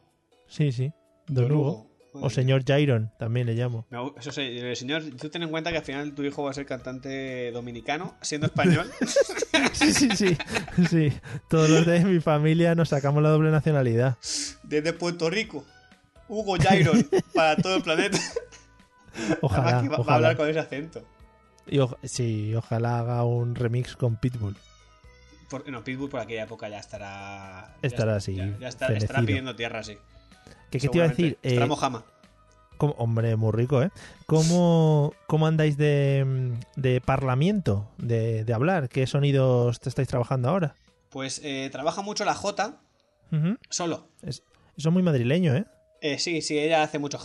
Speaker 1: Sí, sí. Don, Hugo. O señor Jairon, también le llamo. *laughs*
Speaker 2: No, eso sí, el señor, tú ten en cuenta que al final tu hijo va a ser cantante dominicano, siendo español.
Speaker 1: Sí, sí, sí. sí. Todos los de mi familia nos sacamos la doble nacionalidad.
Speaker 2: Desde Puerto Rico, Hugo Jairon, para todo el planeta.
Speaker 1: *laughs* Ojalá.
Speaker 2: Además que va, va
Speaker 1: ojalá.
Speaker 2: a hablar con ese acento.
Speaker 1: Y o- sí, ojalá haga un remix con Pitbull.
Speaker 2: Por- no, Pitbull por aquella época ya estará. ya
Speaker 1: Estará
Speaker 2: está-
Speaker 1: así,
Speaker 2: Ya, ya está-
Speaker 1: fenecido.
Speaker 2: estará pidiendo tierra, sí.
Speaker 1: ¿Qué, qué te iba a decir?
Speaker 2: seguramente. Estará
Speaker 1: Eh,
Speaker 2: Mojama.
Speaker 1: ¿cómo- hombre, muy rico, ¿eh? ¿Cómo, cómo andáis de, de parlamento, de, de hablar? ¿Qué sonidos te estáis trabajando ahora?
Speaker 2: Pues eh, trabaja mucho la J
Speaker 1: Ujú.
Speaker 2: solo.
Speaker 1: Es- eso es muy madrileño, ¿eh?
Speaker 2: Eh, sí, sí, ella hace mucho.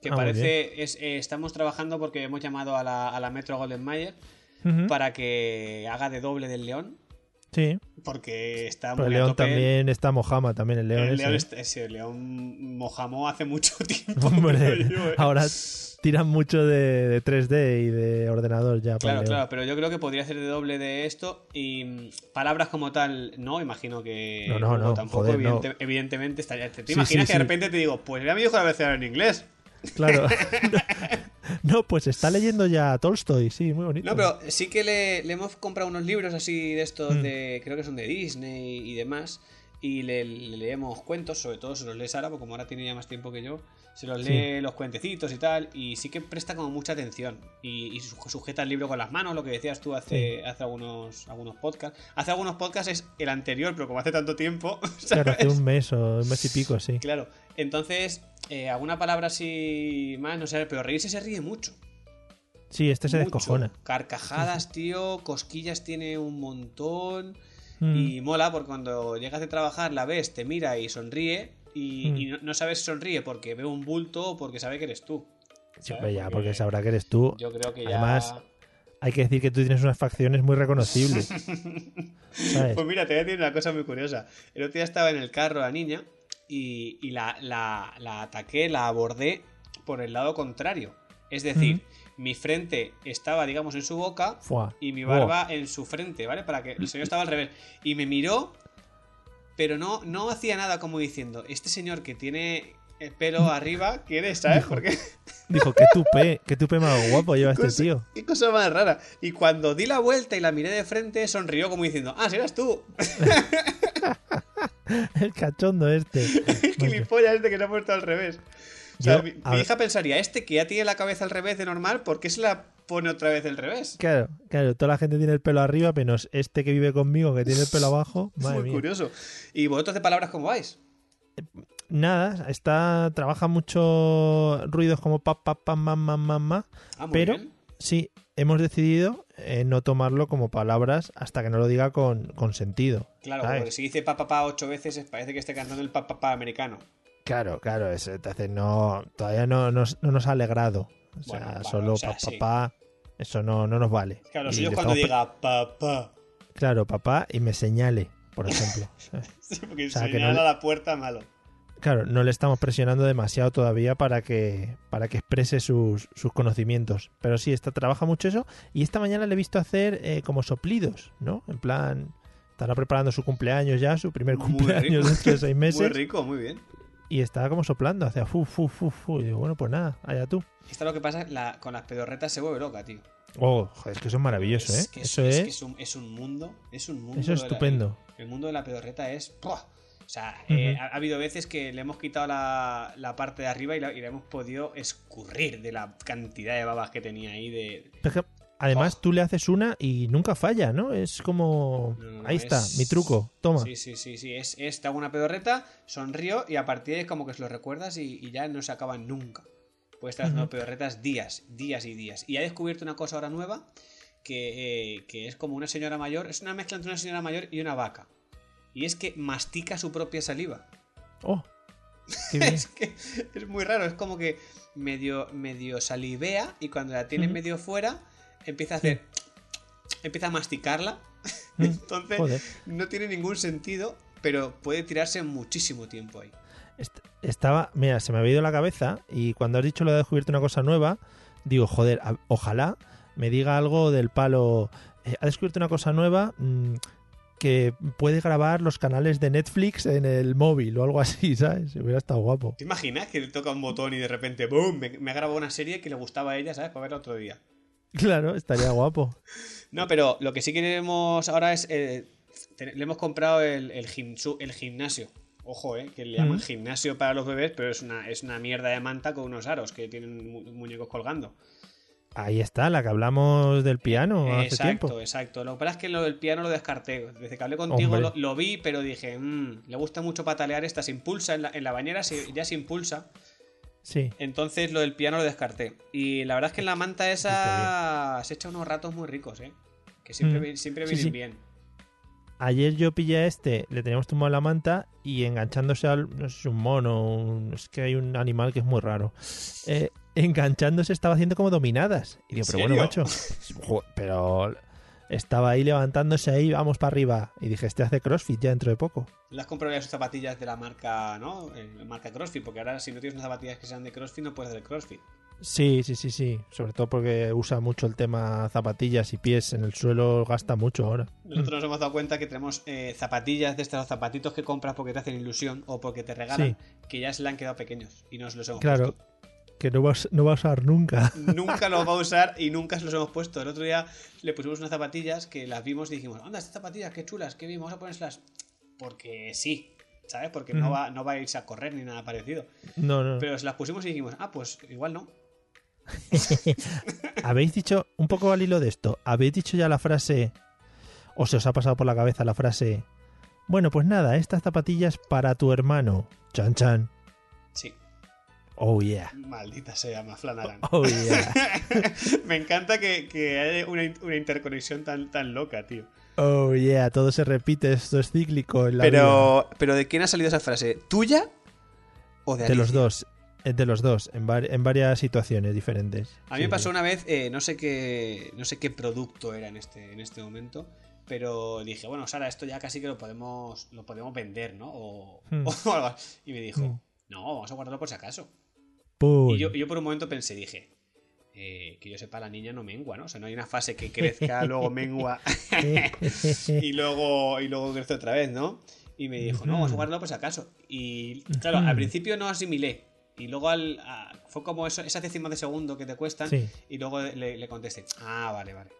Speaker 2: Que
Speaker 1: Ah, muy
Speaker 2: parece. es- eh, estamos trabajando porque hemos llamado a la, a la Metro Golden Mayer
Speaker 1: Ujú.
Speaker 2: para que haga de doble del león.
Speaker 1: Sí.
Speaker 2: Porque está
Speaker 1: Pero
Speaker 2: muy
Speaker 1: Pues el
Speaker 2: a
Speaker 1: león
Speaker 2: tope.
Speaker 1: también está Mojama, también el león.
Speaker 2: El
Speaker 1: ese,
Speaker 2: león,
Speaker 1: ¿eh?
Speaker 2: está- ese león mojamó hace mucho *laughs*
Speaker 1: *laughs*
Speaker 2: tiempo.
Speaker 1: Hombre,
Speaker 2: creo *laughs* yo, eh.
Speaker 1: ahora tiran mucho de, de 3D y de ordenador ya. para
Speaker 2: Claro,
Speaker 1: el león.
Speaker 2: claro, pero yo creo que podría hacer de doble de esto y mm, palabras como tal, no, imagino que
Speaker 1: No, no,
Speaker 2: Hugo
Speaker 1: no,
Speaker 2: tampoco,
Speaker 1: joder, no.
Speaker 2: evidente- evidentemente estaría. ¿Te, te
Speaker 1: Sí,
Speaker 2: imaginas
Speaker 1: sí,
Speaker 2: que
Speaker 1: sí.
Speaker 2: de repente te digo, pues ya me dijo la vez en inglés?
Speaker 1: Claro.
Speaker 2: *laughs*
Speaker 1: *laughs* no, pues está leyendo ya Tolstoy, sí, muy bonito.
Speaker 2: No, pero sí que le, le hemos comprado unos libros así de estos
Speaker 1: Mm.
Speaker 2: de. Creo que son de Disney y demás. Y le, le leemos cuentos, sobre todo se los lee Sara, porque como ahora tiene ya más tiempo que yo, se los
Speaker 1: Sí.
Speaker 2: lee los cuentecitos y tal. Y sí que presta como mucha atención. Y, y su- sujeta el libro con las manos, lo que decías tú hace, hace algunos, algunos podcasts. Hace algunos podcasts es el anterior, pero como hace tanto tiempo. *laughs*
Speaker 1: Claro,
Speaker 2: ¿sabes?
Speaker 1: hace un mes o un mes y pico, sí.
Speaker 2: Claro. Entonces, eh, alguna palabra así más, no sé, pero reírse se ríe mucho.
Speaker 1: Sí, este se
Speaker 2: Mucho.
Speaker 1: descojona.
Speaker 2: Carcajadas, tío, cosquillas tiene un montón.
Speaker 1: Mm.
Speaker 2: Y mola porque cuando llegas de trabajar la ves, te mira y sonríe. Y,
Speaker 1: Mm.
Speaker 2: y no, no sabes si sonríe porque ve un bulto o porque sabe que eres tú.
Speaker 1: Sí,
Speaker 2: ¿sabes?
Speaker 1: hombre, ya, porque
Speaker 2: Porque
Speaker 1: sabrá que eres tú.
Speaker 2: Yo creo que ya.
Speaker 1: Además, Hay que decir que tú tienes unas facciones muy
Speaker 2: *laughs*
Speaker 1: reconocibles. ¿sabes?
Speaker 2: Pues mira, te voy a decir una cosa muy curiosa. El otro día estaba en el carro la niña y, y la, la- la ataqué, la abordé por el lado contrario. Es decir,
Speaker 1: Mm.
Speaker 2: mi frente estaba, digamos, en su boca
Speaker 1: Fuá.
Speaker 2: y mi
Speaker 1: Buah.
Speaker 2: barba en su frente, ¿vale? Para que el señor estaba al revés. Y me miró, pero no, no hacía nada como diciendo, este señor que tiene el pelo arriba, quiere, ¿sabes? Porque
Speaker 1: Dijo, qué tupé, qué tupé más guapo lleva este
Speaker 2: *laughs* Cosa-
Speaker 1: tío. *laughs*
Speaker 2: qué cosa más rara. Y cuando di la vuelta y la miré de frente, sonrió como diciendo, ah, si eras tú, *laughs*
Speaker 1: El cachondo este.
Speaker 2: el gilipollas este *laughs* que se ha puesto al revés. O sea,
Speaker 1: Yo-
Speaker 2: mi, mi
Speaker 1: a ver.
Speaker 2: hija pensaría, este que ya tiene la cabeza al revés de normal, ¿por qué se la pone otra vez al revés?
Speaker 1: Claro, claro, toda la gente tiene el pelo arriba, menos este que vive conmigo, que tiene el pelo abajo.
Speaker 2: *laughs* Es
Speaker 1: Madre
Speaker 2: muy
Speaker 1: mía.
Speaker 2: curioso. ¿Y vosotros de palabras cómo vais?
Speaker 1: Nada, está, trabaja mucho ruidos como pa, pa, pa, ma, ma, ma, ma.
Speaker 2: Ah, muy
Speaker 1: Pero
Speaker 2: bien.
Speaker 1: sí, hemos decidido eh, no tomarlo como palabras hasta que no lo diga con, con sentido.
Speaker 2: Claro, pues.
Speaker 1: ¿sabes?
Speaker 2: porque si dice pa pa pa ocho veces es- parece que esté cantando el pa pa pa americano.
Speaker 1: Claro, claro, es- entonces no, todavía no, nos- no nos ha alegrado. O sea,
Speaker 2: Bueno, vale,
Speaker 1: solo
Speaker 2: o sea,
Speaker 1: pa, pa,
Speaker 2: sí.
Speaker 1: pa, eso no, no nos vale.
Speaker 2: Claro,
Speaker 1: Y
Speaker 2: si yo
Speaker 1: le
Speaker 2: cuando
Speaker 1: estamos-
Speaker 2: diga pa pa, *laughs*
Speaker 1: Claro, papá, y me señale, por ejemplo. ¿sabes?
Speaker 2: sí, porque
Speaker 1: O sea, que
Speaker 2: señala
Speaker 1: no le-
Speaker 2: la puerta malo.
Speaker 1: Claro, no le estamos presionando demasiado todavía para que, para que exprese sus, sus conocimientos. Pero sí, esta, trabaja mucho eso. Y esta mañana le he visto hacer eh, como soplidos, ¿no? En plan, estará preparando su cumpleaños ya, su primer
Speaker 2: Muy
Speaker 1: cumpleaños
Speaker 2: rico.
Speaker 1: dentro de seis
Speaker 2: *laughs* Muy
Speaker 1: meses.
Speaker 2: rico, muy bien.
Speaker 1: Y estaba como soplando, hacía fu, fu, fu, fu. Y digo, bueno, pues nada, allá tú.
Speaker 2: Esta es lo que pasa la- con las pedorretas se vuelve loca, tío.
Speaker 1: Oh, joder, es que eso es maravilloso, ¿eh?
Speaker 2: Es que es-
Speaker 1: eso
Speaker 2: es
Speaker 1: es,
Speaker 2: que es un, es un mundo, es un mundo.
Speaker 1: eso es
Speaker 2: de la-
Speaker 1: estupendo.
Speaker 2: el mundo de la pedorreta es. ¡buah! O sea, eh,
Speaker 1: Ujú.
Speaker 2: ha, ha habido veces que le hemos quitado la, la parte de arriba y la, y la hemos podido escurrir de la cantidad de babas que tenía ahí de.
Speaker 1: Pero es que, además,
Speaker 2: Oh.
Speaker 1: tú le haces una y nunca falla, ¿no? Es como...
Speaker 2: No, no,
Speaker 1: Ahí está,
Speaker 2: es-
Speaker 1: mi truco, toma.
Speaker 2: Sí, sí, sí, sí. Es, es te hago una pedorreta, sonrío y a partir de ahí como que se lo recuerdas y, y ya no se acaban nunca. Puedes estar haciendo
Speaker 1: Ujú.
Speaker 2: pedorretas días, días y días. Y ha descubierto una cosa ahora nueva que, eh, que es como una señora mayor, es una mezcla entre una señora mayor y una vaca. Y es que mastica su propia saliva. *laughs*
Speaker 1: Oh, qué bien.
Speaker 2: Es que es muy raro, es como que medio, medio salivea y cuando la tiene
Speaker 1: Ujú.
Speaker 2: medio fuera empieza a
Speaker 1: Sí.
Speaker 2: hacer. empieza a masticarla. *laughs*
Speaker 1: Mm,
Speaker 2: Entonces,
Speaker 1: Joder,
Speaker 2: no tiene ningún sentido, pero puede tirarse muchísimo tiempo ahí.
Speaker 1: Est- estaba, mira, se me había ido la cabeza y cuando has dicho lo de descubierto una cosa nueva, digo, joder, a- ojalá me diga algo del palo, eh, ha descubierto una cosa nueva mm, que puede grabar los canales de Netflix en el móvil o algo así, *laughs* ¿sabes? Hubiera estado guapo.
Speaker 2: ¿Te imaginas que le toca un botón y de repente, ¡boom! Me, me ha grabado una serie que le gustaba a ella, ¿sabes? Para verla otro día.
Speaker 1: Claro, estaría guapo.
Speaker 2: No, pero lo que sí queremos ahora es. eh, te- le hemos comprado el, el, gimsu- el gimnasio. Ojo, eh, que le llaman gimnasio para los bebés, pero es una, es una mierda de manta con unos aros que tienen mu- muñecos colgando.
Speaker 1: Ahí está, la que hablamos del piano hace
Speaker 2: exacto,
Speaker 1: tiempo.
Speaker 2: exacto. Lo que pasa es que lo del piano lo descarté. Desde que hablé contigo lo,
Speaker 1: Hombre.
Speaker 2: lo vi, pero dije, "Mm, le gusta mucho patalear esta, se impulsa en la, en la bañera, se- ya se impulsa.
Speaker 1: Sí.
Speaker 2: Entonces lo del piano lo descarté. Y la verdad es que en la manta esa se echa unos ratos muy ricos, ¿eh? Que siempre,
Speaker 1: Mm.
Speaker 2: vi- siempre
Speaker 1: Sí,
Speaker 2: vienen
Speaker 1: sí.
Speaker 2: bien.
Speaker 1: Ayer yo pillé a este, le teníamos tumbado la manta y enganchándose al. No sé si un mono, un- es que hay un animal que es muy raro. Eh, enganchándose estaba haciendo como dominadas. Y digo,
Speaker 2: ¿En
Speaker 1: pero bueno, macho.
Speaker 2: serio?
Speaker 1: jo- Pero estaba ahí levantándose ahí, vamos para arriba. Y dije, este hace crossfit ya dentro de poco.
Speaker 2: Le has comprado ya sus zapatillas de la marca, ¿no? Eh, La marca CrossFit, porque ahora si no tienes unas zapatillas que sean de CrossFit, no puedes hacer CrossFit.
Speaker 1: Sí, sí, sí, sí. Sobre todo porque usa mucho el tema zapatillas y pies en el suelo, gasta mucho ahora.
Speaker 2: Nosotros nos hemos dado cuenta que tenemos eh, zapatillas de estos zapatitos que compras porque te hacen ilusión o porque te regalan, que ya se le han quedado pequeños y nos los hemos
Speaker 1: Claro,
Speaker 2: puesto.
Speaker 1: que no vas, no vas a usar nunca.
Speaker 2: Nunca los va a usar y nunca se los hemos puesto. El otro día le pusimos unas zapatillas que las vimos y dijimos, anda, estas zapatillas, qué chulas, qué bien, vamos a ponérselas. Porque sí, ¿sabes? Porque no,
Speaker 1: Ujú.
Speaker 2: va, no va a irse a correr ni nada parecido.
Speaker 1: No, no.
Speaker 2: Pero se las pusimos y dijimos, ah, pues igual no.
Speaker 1: Habéis dicho, un poco al hilo de esto, habéis dicho ya la frase, o se os ha pasado por la cabeza la frase, bueno, pues nada, estas zapatillas para tu hermano. Chan chan.
Speaker 2: Sí,
Speaker 1: Oh yeah.
Speaker 2: maldita sea,
Speaker 1: *laughs*
Speaker 2: me aflanarán.
Speaker 1: Oh yeah.
Speaker 2: *laughs* Me encanta que, que haya una, in- una interconexión tan, tan loca, tío.
Speaker 1: Oh yeah. Todo se repite, esto es cíclico en la vida.
Speaker 2: Pero, pero ¿de quién ha salido esa frase? ¿Tuya o de
Speaker 1: De los
Speaker 2: Alicia?
Speaker 1: dos. eh, De los dos, en, var- en varias situaciones diferentes.
Speaker 2: A mí me
Speaker 1: Sí.
Speaker 2: pasó una vez, eh, no sé qué no sé qué producto era en este, en este momento, pero dije, bueno, Sara, esto ya casi que lo podemos lo podemos vender, ¿no? O,
Speaker 1: Hmm.
Speaker 2: *laughs* o algo así. Y me dijo,
Speaker 1: Hmm.
Speaker 2: no, vamos a guardarlo por si acaso.
Speaker 1: Pum. *laughs*
Speaker 2: Y yo, yo por un momento pensé, dije, eh, que yo sepa, la niña no mengua, ¿no? O sea, no hay una fase que
Speaker 1: *laughs*
Speaker 2: crezca, luego mengua. y luego y luego crece otra vez, ¿no? Y me dijo, no,
Speaker 1: Hmm.
Speaker 2: vamos a jugarlo pues acaso. Y claro, al
Speaker 1: Ujú.
Speaker 2: principio no asimilé. Y luego al, a- fue como eso, esas décimas de segundo que te cuestan.
Speaker 1: Sí.
Speaker 2: Y luego le, le contesté, ah, vale, vale.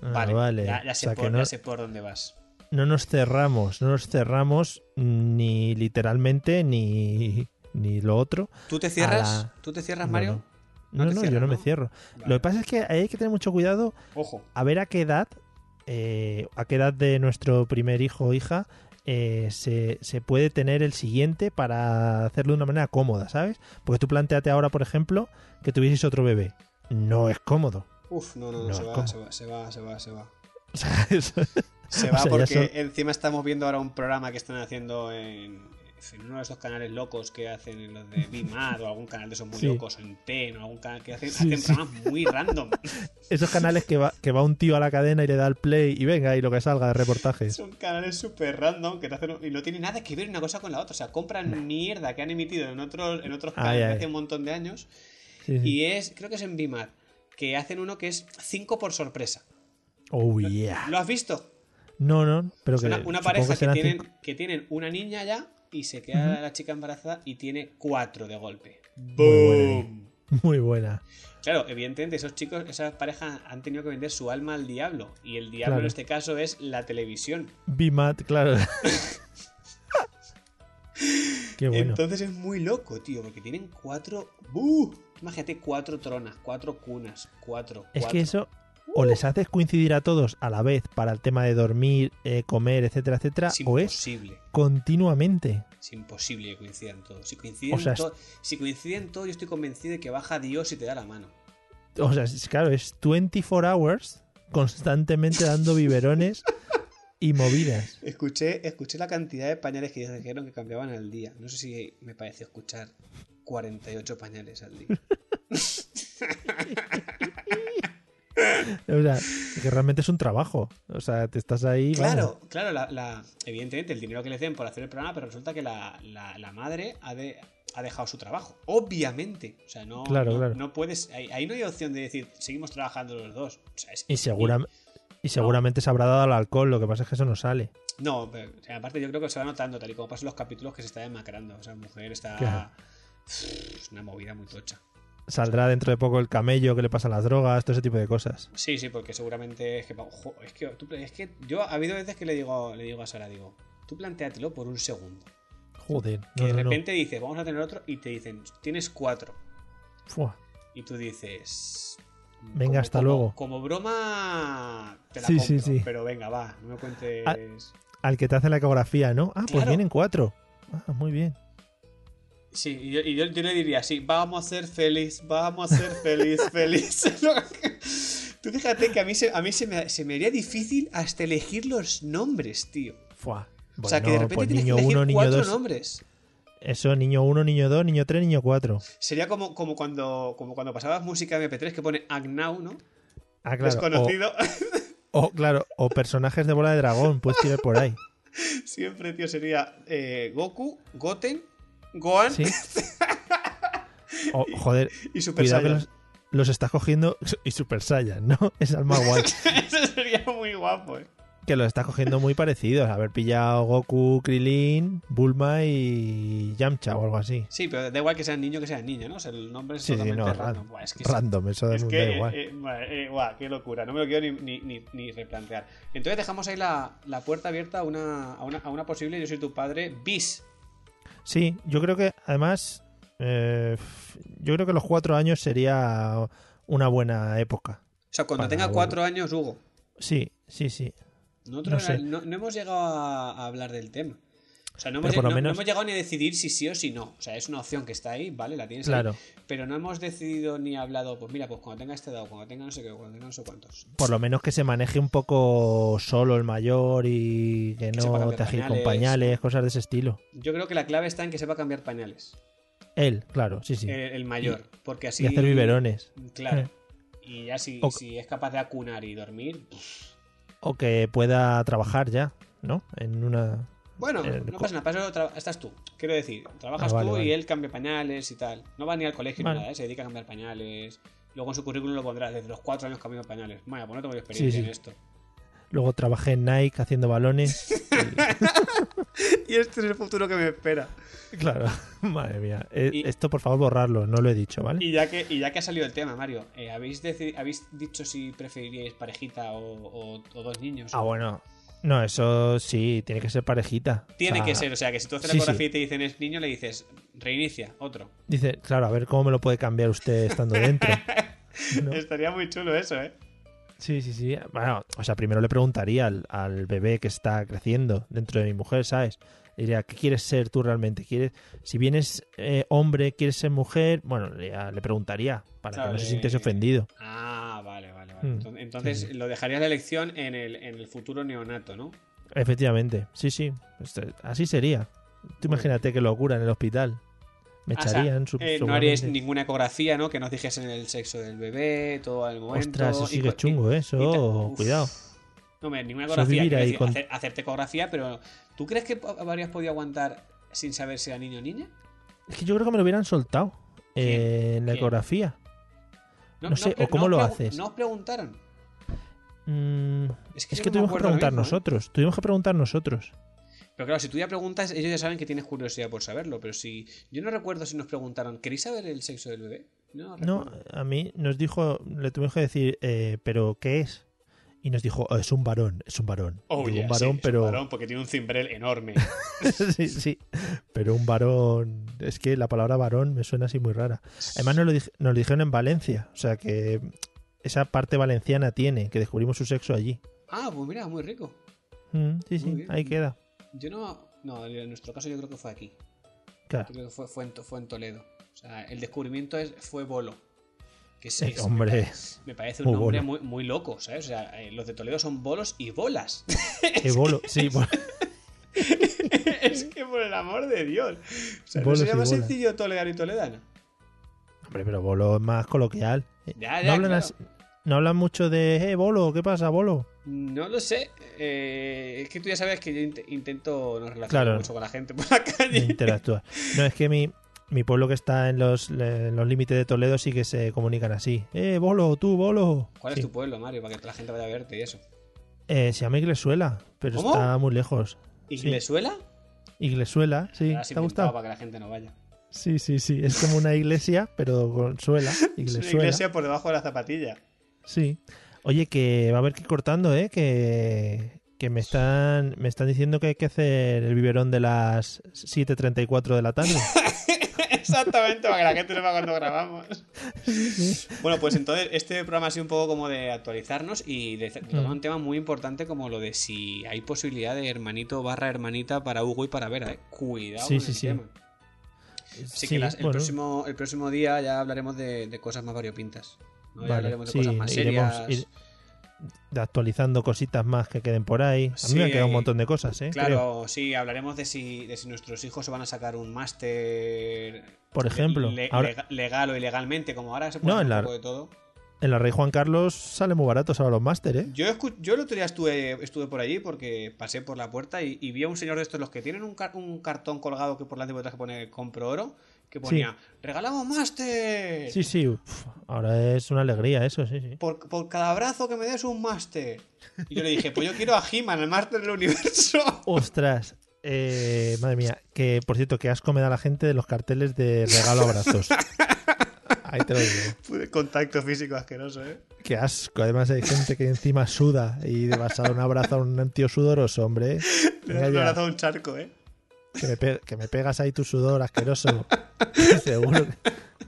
Speaker 1: Ah,
Speaker 2: Vale, Ya, ya
Speaker 1: O
Speaker 2: sé
Speaker 1: sea, que
Speaker 2: por,
Speaker 1: no-
Speaker 2: ya sé por dónde vas.
Speaker 1: no nos cerramos, no nos cerramos ni literalmente ni, ni lo otro.
Speaker 2: ¿Tú te cierras?
Speaker 1: Ala.
Speaker 2: ¿Tú te cierras,
Speaker 1: No,
Speaker 2: Mario?
Speaker 1: no. No,
Speaker 2: No
Speaker 1: no,
Speaker 2: te
Speaker 1: yo
Speaker 2: cierras,
Speaker 1: no, me
Speaker 2: ¿no?
Speaker 1: cierro.
Speaker 2: Vale.
Speaker 1: Lo que pasa es que hay que tener mucho cuidado
Speaker 2: Ojo.
Speaker 1: a ver a qué edad, eh, a qué edad de nuestro primer hijo o hija eh, se, se puede tener el siguiente para hacerlo de una manera cómoda, ¿sabes? Porque tú planteate ahora, por ejemplo, que tuvieseis otro bebé. No es cómodo. *laughs*
Speaker 2: Uf, no, no, no,
Speaker 1: No,
Speaker 2: se, va,
Speaker 1: ¿cómo?
Speaker 2: se va, se va, se va,
Speaker 1: *laughs*
Speaker 2: se va.
Speaker 1: ¿sabes?
Speaker 2: Se
Speaker 1: O
Speaker 2: va
Speaker 1: sea, ya
Speaker 2: porque
Speaker 1: son-
Speaker 2: encima estamos viendo ahora un programa que están haciendo en, en uno de esos canales locos que hacen en los de Bimad o algún canal de esos muy
Speaker 1: Sí.
Speaker 2: locos, en TEN o algún canal que hacen,
Speaker 1: Sí,
Speaker 2: hacen
Speaker 1: sí.
Speaker 2: programas
Speaker 1: *laughs*
Speaker 2: muy random.
Speaker 1: Esos canales que va, que va un tío a la cadena y le da el play y venga, y lo que salga de reportajes.
Speaker 2: Son canales súper random que te hacen un- y no tiene nada que ver una cosa con la otra. O sea, compran mierda que han emitido en otros, en otros
Speaker 1: Ay,
Speaker 2: canales de
Speaker 1: ay.
Speaker 2: hace un montón de años.
Speaker 1: Sí, sí.
Speaker 2: Y es, creo que es en Bimad, que hacen uno que es 5 por sorpresa.
Speaker 1: Oh, yeah.
Speaker 2: ¿Lo has visto?
Speaker 1: No, no, pero
Speaker 2: Es
Speaker 1: que.
Speaker 2: una, una
Speaker 1: supongo
Speaker 2: pareja que
Speaker 1: serán
Speaker 2: tienen,
Speaker 1: cinco.
Speaker 2: que tienen una niña ya y se queda la chica embarazada y tiene cuatro de golpe.
Speaker 1: buena Muy buena.
Speaker 2: Claro, evidentemente esos chicos, esas parejas han tenido que vender su alma al diablo. Y el diablo
Speaker 1: Claro.
Speaker 2: en este caso es la televisión.
Speaker 1: Bimat,
Speaker 2: *laughs*
Speaker 1: claro. Qué bueno.
Speaker 2: Entonces es muy loco, tío, porque tienen cuatro... ¡Buh! Imagínate cuatro tronas, cuatro cunas, cuatro.
Speaker 1: es
Speaker 2: cuatro. Uh.
Speaker 1: que eso. O les haces coincidir a todos a la vez para el tema de dormir, eh, comer, etcétera, etcétera,
Speaker 2: es
Speaker 1: o es
Speaker 2: imposible.
Speaker 1: continuamente.
Speaker 2: Es imposible que coincidan todos. Si coinciden,
Speaker 1: O sea, es-
Speaker 2: todos, si coinciden todos, yo estoy convencido de que baja Dios y te da la mano.
Speaker 1: O sea, es, claro, es 24 hours constantemente dando biberones y movidas.
Speaker 2: Escuché, escuché la cantidad de pañales que dijeron que cambiaban al día. No sé si me pareció escuchar 48
Speaker 1: *laughs*
Speaker 2: pañales al día.
Speaker 1: O sea, que realmente es un trabajo. O sea, te estás ahí. vamos.
Speaker 2: claro, claro, la, la- evidentemente el dinero que les den por hacer el programa, pero resulta que la, la- la madre ha, de- ha dejado su trabajo. Obviamente. O sea, no,
Speaker 1: Claro,
Speaker 2: no,
Speaker 1: claro.
Speaker 2: no puedes. Ahí, ahí no hay opción de decir, seguimos trabajando los dos. O sea, es-
Speaker 1: Y, segura- Y seguramente se habrá dado al alcohol, lo que pasa es que eso no sale.
Speaker 2: No, pero, o sea, aparte yo creo que se va notando, tal y como pasan los capítulos, que se está demacrando. O sea, mujer está.
Speaker 1: Claro.
Speaker 2: Es una movida muy tocha.
Speaker 1: Saldrá dentro de poco el camello que le pasan las drogas, todo ese tipo de cosas.
Speaker 2: Sí, sí, porque seguramente es que. ojo, es, que tú- es que yo ha habido veces que le digo, le digo a Sara, digo, tú plantéatelo por un segundo.
Speaker 1: Joder,
Speaker 2: Que
Speaker 1: no,
Speaker 2: de
Speaker 1: no, no.
Speaker 2: repente dices, vamos a tener otro, y te dicen, tienes cuatro.
Speaker 1: Fua.
Speaker 2: Y tú dices.
Speaker 1: Venga,
Speaker 2: como-
Speaker 1: hasta
Speaker 2: como-
Speaker 1: luego.
Speaker 2: Como broma, te la
Speaker 1: Sí,
Speaker 2: compro,
Speaker 1: sí, sí.
Speaker 2: Pero venga, va, no me cuentes.
Speaker 1: Ah, Al que te hace la ecografía, ¿no? Ah, pues
Speaker 2: Claro.
Speaker 1: vienen cuatro. Ah, muy bien.
Speaker 2: Sí, y yo, y yo- yo le diría, sí, vamos a ser feliz, vamos a ser
Speaker 1: *laughs*
Speaker 2: feliz, feliz. *laughs* Tú fíjate que a mí, se, a mí se, me, se me haría difícil hasta elegir los nombres, tío.
Speaker 1: Fua.
Speaker 2: o sea, que de
Speaker 1: Bueno,
Speaker 2: repente
Speaker 1: pues
Speaker 2: tienes
Speaker 1: niño
Speaker 2: que elegir
Speaker 1: uno, niño
Speaker 2: cuatro
Speaker 1: dos.
Speaker 2: nombres.
Speaker 1: Eso, niño 1, niño 2, niño 3, niño 4.
Speaker 2: Sería como, como, cuando, como cuando pasabas música MP3 que pone Agnau, ¿no?
Speaker 1: Ah, claro. O,
Speaker 2: Desconocido. *laughs*
Speaker 1: o, claro, o personajes de bola de dragón, puedes tirar por ahí.
Speaker 2: Siempre, tío, sería eh, Goku, Goten, Gohan *laughs*
Speaker 1: Sí. O, joder,
Speaker 2: y Super
Speaker 1: cuidado que
Speaker 2: Saiyan.
Speaker 1: los, los estás cogiendo. Y Super Saiyan, ¿no? *laughs* Es el más guay.
Speaker 2: *laughs* Eso sería muy guapo, eh.
Speaker 1: Que los estás cogiendo muy parecidos. Haber pillado Goku, Krilin, Bulma y Yamcha o algo así.
Speaker 2: Sí, pero da igual que sean niño que sean niña, ¿no? O sea, el nombre es
Speaker 1: Sí, sí,
Speaker 2: totalmente
Speaker 1: no,
Speaker 2: random.
Speaker 1: ra-
Speaker 2: Buah, es que se-
Speaker 1: Random, eso da
Speaker 2: Es que,
Speaker 1: da
Speaker 2: eh,
Speaker 1: igual.
Speaker 2: eh, ma- eh, guau, qué locura, no me lo quiero ni, ni- ni- ni replantear. Entonces dejamos ahí la, la puerta abierta a una, a, una, a una posible Yo soy tu padre bis.
Speaker 1: Sí, yo creo que además. eh, yo creo que los cuatro años sería una buena época.
Speaker 2: O sea, cuando
Speaker 1: Para
Speaker 2: tenga
Speaker 1: volver.
Speaker 2: cuatro años, Hugo.
Speaker 1: Sí, sí, sí.
Speaker 2: Nosotros
Speaker 1: No sé.
Speaker 2: no, no hemos llegado a, a hablar del tema. O sea, no hemos,
Speaker 1: Pero por lo
Speaker 2: no- no
Speaker 1: menos-
Speaker 2: hemos llegado ni a decidir si sí o si no. O sea, es una opción que está ahí, ¿vale? La tienes ahí.
Speaker 1: Claro.
Speaker 2: Pero no hemos decidido ni hablado, pues mira, pues cuando tenga esta edad, o cuando tenga no sé qué, o cuando tenga no sé cuántos.
Speaker 1: por lo menos que se maneje un poco solo el mayor y que
Speaker 2: sepa
Speaker 1: no
Speaker 2: cambiar
Speaker 1: te agite con
Speaker 2: pañales.
Speaker 1: pañales, cosas de ese estilo.
Speaker 2: Yo creo que la clave está en que sepa cambiar pañales.
Speaker 1: Él, claro, sí, sí.
Speaker 2: El, el mayor. Porque así.
Speaker 1: y hacer biberones.
Speaker 2: Claro. Y ya si,
Speaker 1: O-
Speaker 2: si es capaz de acunar y dormir.
Speaker 1: O que pueda trabajar ya, ¿no? En una...
Speaker 2: Bueno,
Speaker 1: El
Speaker 2: no
Speaker 1: Eh, co-
Speaker 2: pasa nada, para eso tra- estás tú. Quiero decir, trabajas
Speaker 1: Ah, vale,
Speaker 2: tú y
Speaker 1: vale.
Speaker 2: él cambia pañales y tal. No va ni al colegio ni
Speaker 1: Vale.
Speaker 2: nada, ¿eh? se dedica a cambiar pañales. Luego en su currículum lo pondrás desde los cuatro años cambiando pañales. Vaya, pues no tengo yo experiencia
Speaker 1: Sí, sí. *laughs*
Speaker 2: en esto.
Speaker 1: Luego trabajé en Nike haciendo balones.
Speaker 2: Y este es el futuro que me espera.
Speaker 1: *laughs* claro, *laughs* madre mía. Eh,
Speaker 2: Y-
Speaker 1: Esto por favor borrarlo, no lo he dicho, ¿vale?
Speaker 2: Y ya que, y ya que ha salido el tema, Mario, eh, ¿habéis, decidi- ¿habéis dicho si preferiríais parejita o, o- o dos niños?
Speaker 1: Ah, bueno. No, eso sí, tiene que ser parejita.
Speaker 2: Tiene
Speaker 1: O sea,
Speaker 2: que ser, o sea, que si tú haces
Speaker 1: sí,
Speaker 2: la
Speaker 1: sí.
Speaker 2: ecografía y te dicen es niño, le dices reinicia, otro.
Speaker 1: Dice, claro, a ver cómo me lo puede cambiar usted estando
Speaker 2: *laughs*
Speaker 1: dentro. *laughs* No.
Speaker 2: Estaría muy chulo eso, ¿eh?
Speaker 1: Sí, sí, sí. Bueno, o sea, primero le preguntaría al, al bebé que está creciendo dentro de mi mujer, ¿sabes? Le diría, ¿qué quieres ser tú realmente? ¿Quieres, si vienes eh, hombre, quieres ser mujer? Bueno, le, le preguntaría para que no
Speaker 2: Vale.
Speaker 1: se sintiese ofendido.
Speaker 2: Ah, vale, vale, vale.
Speaker 1: Mm.
Speaker 2: Entonces- Entonces
Speaker 1: Sí, sí.
Speaker 2: lo dejarías la elección en el, en el futuro neonato, ¿no?
Speaker 1: Efectivamente, sí, sí. Esto- así sería. Tú imagínate que lo cura en el hospital. Me
Speaker 2: Ah, o sea,
Speaker 1: echarían, su-
Speaker 2: Eh, no haríais
Speaker 1: seguramente.
Speaker 2: ninguna ecografía, ¿no? Que nos dijesen el sexo del bebé, todo al momento.
Speaker 1: Ostras, eso
Speaker 2: Y
Speaker 1: sí
Speaker 2: co-
Speaker 1: que es chungo, ¿eh?
Speaker 2: y- y ta-
Speaker 1: Eso,
Speaker 2: Uf.
Speaker 1: cuidado.
Speaker 2: No, hombre, ninguna
Speaker 1: Eso
Speaker 2: ecografía.
Speaker 1: vivir
Speaker 2: quiero
Speaker 1: ahí
Speaker 2: decir,
Speaker 1: con-
Speaker 2: hacer- hacerte ecografía, pero ¿tú crees que habrías podido aguantar sin saber si era niño o niña?
Speaker 1: Es que yo creo que me lo hubieran soltado eh, en la
Speaker 2: ¿Quién?
Speaker 1: ecografía. No sé, o cómo
Speaker 2: os
Speaker 1: lo
Speaker 2: pregu-
Speaker 1: haces.
Speaker 2: No os preguntaron.
Speaker 1: Mm,
Speaker 2: Es que
Speaker 1: es
Speaker 2: yo
Speaker 1: que tuvimos
Speaker 2: no me
Speaker 1: que
Speaker 2: acuerdo ahora
Speaker 1: preguntar
Speaker 2: mismo, ¿eh?
Speaker 1: nosotros. Tuvimos que preguntar nosotros.
Speaker 2: Pero claro, si tú ya preguntas, ellos ya saben que tienes curiosidad por saberlo. Pero si. Yo no recuerdo si nos preguntaron, ¿queréis saber el sexo del bebé? No,
Speaker 1: No,
Speaker 2: recuerdo.
Speaker 1: a mí nos dijo, le tuvimos que decir, eh, ¿pero qué es? Y nos dijo, "Oh, es un varón, es un varón.
Speaker 2: Oh,
Speaker 1: Digo,
Speaker 2: yeah,
Speaker 1: un
Speaker 2: sí,
Speaker 1: varón,
Speaker 2: es
Speaker 1: pero.
Speaker 2: varón porque tiene un cimbrel enorme.
Speaker 1: *laughs* sí, sí. Pero un varón. Es que la palabra varón me suena así muy rara. Además, nos lo, dij- nos lo dijeron en Valencia. O sea que esa parte valenciana tiene, que descubrimos su sexo allí.
Speaker 2: *laughs* Ah, pues mira, muy rico.
Speaker 1: Mm, sí, sí,
Speaker 2: Muy bien.
Speaker 1: ahí queda.
Speaker 2: Yo no. No, en nuestro caso yo creo que fue aquí.
Speaker 1: Claro.
Speaker 2: Creo que fue, fue, en, To- fue en Toledo. O sea, el descubrimiento es, fue Bolo. Que es,
Speaker 1: Eh,
Speaker 2: es-
Speaker 1: hombre,
Speaker 2: *laughs* Me parece
Speaker 1: muy
Speaker 2: un nombre
Speaker 1: Bolo.
Speaker 2: muy, muy loco, ¿sabes? O sea, eh, los de Toledo son bolos y
Speaker 1: *laughs*
Speaker 2: bolas. *laughs*
Speaker 1: qué bolo. Sí, bueno,
Speaker 2: es que por el amor de Dios. O sea, ¿no
Speaker 1: Bolos
Speaker 2: sería
Speaker 1: y
Speaker 2: más
Speaker 1: bolas.
Speaker 2: sencillo toledano y toledana?
Speaker 1: hombre, pero bolo es más coloquial.
Speaker 2: Ya,
Speaker 1: Eh, no,
Speaker 2: ya,
Speaker 1: hablan
Speaker 2: claro.
Speaker 1: así- no hablan mucho de, eh, Bolo, ¿qué pasa, Bolo?
Speaker 2: No lo sé. eh, es que tú ya sabes que yo int- intento no relacionar
Speaker 1: Claro.
Speaker 2: mucho con la gente por la calle.
Speaker 1: Interactúa. No, es que mi, mi pueblo que está en los, en los límites de Toledo sí que se comunican así. Eh, Bolo, tú, Bolo.
Speaker 2: *laughs* ¿Cuál
Speaker 1: Sí.
Speaker 2: es tu pueblo, Mario? Para que la gente vaya a verte y eso.
Speaker 1: Eh, se llama Iglesuela, pero
Speaker 2: ¿Cómo?
Speaker 1: está muy lejos.
Speaker 2: ¿Iglesuela?
Speaker 1: Iglesuela, sí.
Speaker 2: Ahora Ah, sí
Speaker 1: ¿Te ha
Speaker 2: pintado
Speaker 1: gustado?
Speaker 2: Para que la gente no vaya.
Speaker 1: Sí, sí, sí. Es como una iglesia, pero con
Speaker 2: *laughs*
Speaker 1: suela.
Speaker 2: Es una
Speaker 1: Iglesuela.
Speaker 2: iglesia por debajo de la zapatilla.
Speaker 1: Sí. Oye, que va a haber que ir cortando, ¿eh? Que, que me, están, me están diciendo que hay que hacer el biberón de las 7.34 de la
Speaker 2: *laughs*
Speaker 1: tarde.
Speaker 2: *laughs* Exactamente, para que la gente sepa
Speaker 1: *laughs*
Speaker 2: cuando grabamos. Bueno, pues entonces este programa ha sido un poco como de actualizarnos y de de
Speaker 1: Mm.
Speaker 2: tomar un tema muy importante como lo de si hay posibilidad de hermanito barra hermanita para Hugo y para Vera, ¿eh? Cuidado
Speaker 1: Sí,
Speaker 2: con
Speaker 1: sí,
Speaker 2: el
Speaker 1: sí.
Speaker 2: tema. Así
Speaker 1: Sí,
Speaker 2: que las- el,
Speaker 1: bueno,
Speaker 2: próximo, el próximo día ya hablaremos de, de cosas más variopintas. ¿no? Ya
Speaker 1: vale,
Speaker 2: hablaremos de
Speaker 1: sí,
Speaker 2: cosas más
Speaker 1: iremos ir-
Speaker 2: serias.
Speaker 1: de actualizando cositas más que queden por ahí. A mí me han
Speaker 2: Sí,
Speaker 1: quedado un montón de cosas, ¿eh?
Speaker 2: Claro,
Speaker 1: Creo.
Speaker 2: sí, hablaremos de si, de si nuestros hijos se van a sacar un máster.
Speaker 1: Por ejemplo,
Speaker 2: le-
Speaker 1: ahora-
Speaker 2: lega- legal o ilegalmente, como ahora se puede
Speaker 1: No,
Speaker 2: hacer
Speaker 1: en la-
Speaker 2: un poco de todo.
Speaker 1: En la Rey Juan Carlos sale muy baratos ahora los máster, ¿eh?
Speaker 2: Yo, escu- yo el otro día estuve, estuve por allí porque pasé por la puerta y, y vi a un señor de estos, los que tienen un, car- un cartón colgado que por delante y por detrás que pone compro oro, que ponía regalamos máster.
Speaker 1: Sí, sí. uf, ahora es una alegría eso, sí, sí.
Speaker 2: Por, por cada brazo que me des un máster. Y yo le dije, pues yo quiero a He-Man, el máster del *laughs* universo.
Speaker 1: Ostras, eh, madre mía, que por cierto, que asco me da la gente de los carteles de regalo *laughs* abrazos. Ahí te lo digo.
Speaker 2: Contacto físico asqueroso, ¿eh?
Speaker 1: Qué asco. Además hay gente que encima suda y vas a dar un abrazo a un tío sudoroso, *laughs* hombre.
Speaker 2: Le das
Speaker 1: Venga
Speaker 2: un
Speaker 1: ya,
Speaker 2: abrazo a un charco, ¿eh?
Speaker 1: que, me pe- que me pegas ahí tu sudor asqueroso. *laughs* Seguro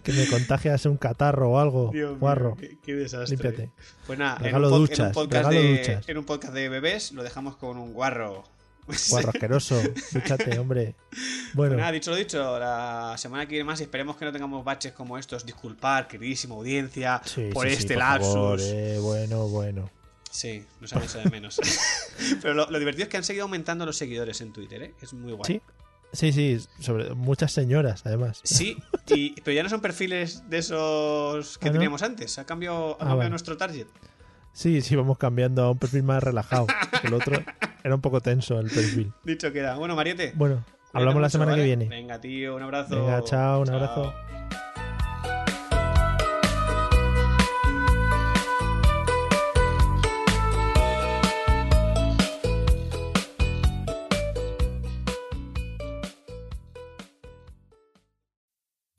Speaker 1: que me contagias un catarro o algo.
Speaker 2: Dios mío,
Speaker 1: Oh, guarro.
Speaker 2: qué, qué desastre.
Speaker 1: Límpiate.
Speaker 2: Pues nada, en un,
Speaker 1: Regalo
Speaker 2: pod- en un
Speaker 1: duchas,
Speaker 2: podcast
Speaker 1: regalo
Speaker 2: de,
Speaker 1: duchas.
Speaker 2: en un podcast de bebés lo dejamos con un guarro. *laughs*
Speaker 1: Guarro *laughs* asqueroso. Escúchate, hombre. Bueno,
Speaker 2: Pues nada, dicho lo dicho, la semana que viene más y esperemos que no tengamos baches como estos. Disculpar, queridísima audiencia,
Speaker 1: sí,
Speaker 2: por
Speaker 1: sí, sí,
Speaker 2: este
Speaker 1: por
Speaker 2: lapsus.
Speaker 1: favor, eh, bueno, bueno.
Speaker 2: Sí, nos han hecho
Speaker 1: *laughs*
Speaker 2: de menos. Pero lo, lo divertido es que han seguido aumentando los seguidores en Twitter, ¿eh? Es muy guay.
Speaker 1: Sí. Sí, sí, sobre muchas señoras, además.
Speaker 2: Sí, y- pero ya no son perfiles de esos que
Speaker 1: ¿Ah, no?
Speaker 2: teníamos antes. Ha cambiado, ha
Speaker 1: Ah,
Speaker 2: cambiado
Speaker 1: vale.
Speaker 2: nuestro target.
Speaker 1: Sí, sí, vamos cambiando a un perfil más relajado. porque El otro era un poco tenso el perfil.
Speaker 2: Dicho queda. Bueno, Mariete.
Speaker 1: Bueno,
Speaker 2: cuídate
Speaker 1: hablamos la
Speaker 2: mucho,
Speaker 1: semana que
Speaker 2: ¿vale?
Speaker 1: viene.
Speaker 2: Venga, tío, un abrazo.
Speaker 1: Venga, chao, un abrazo.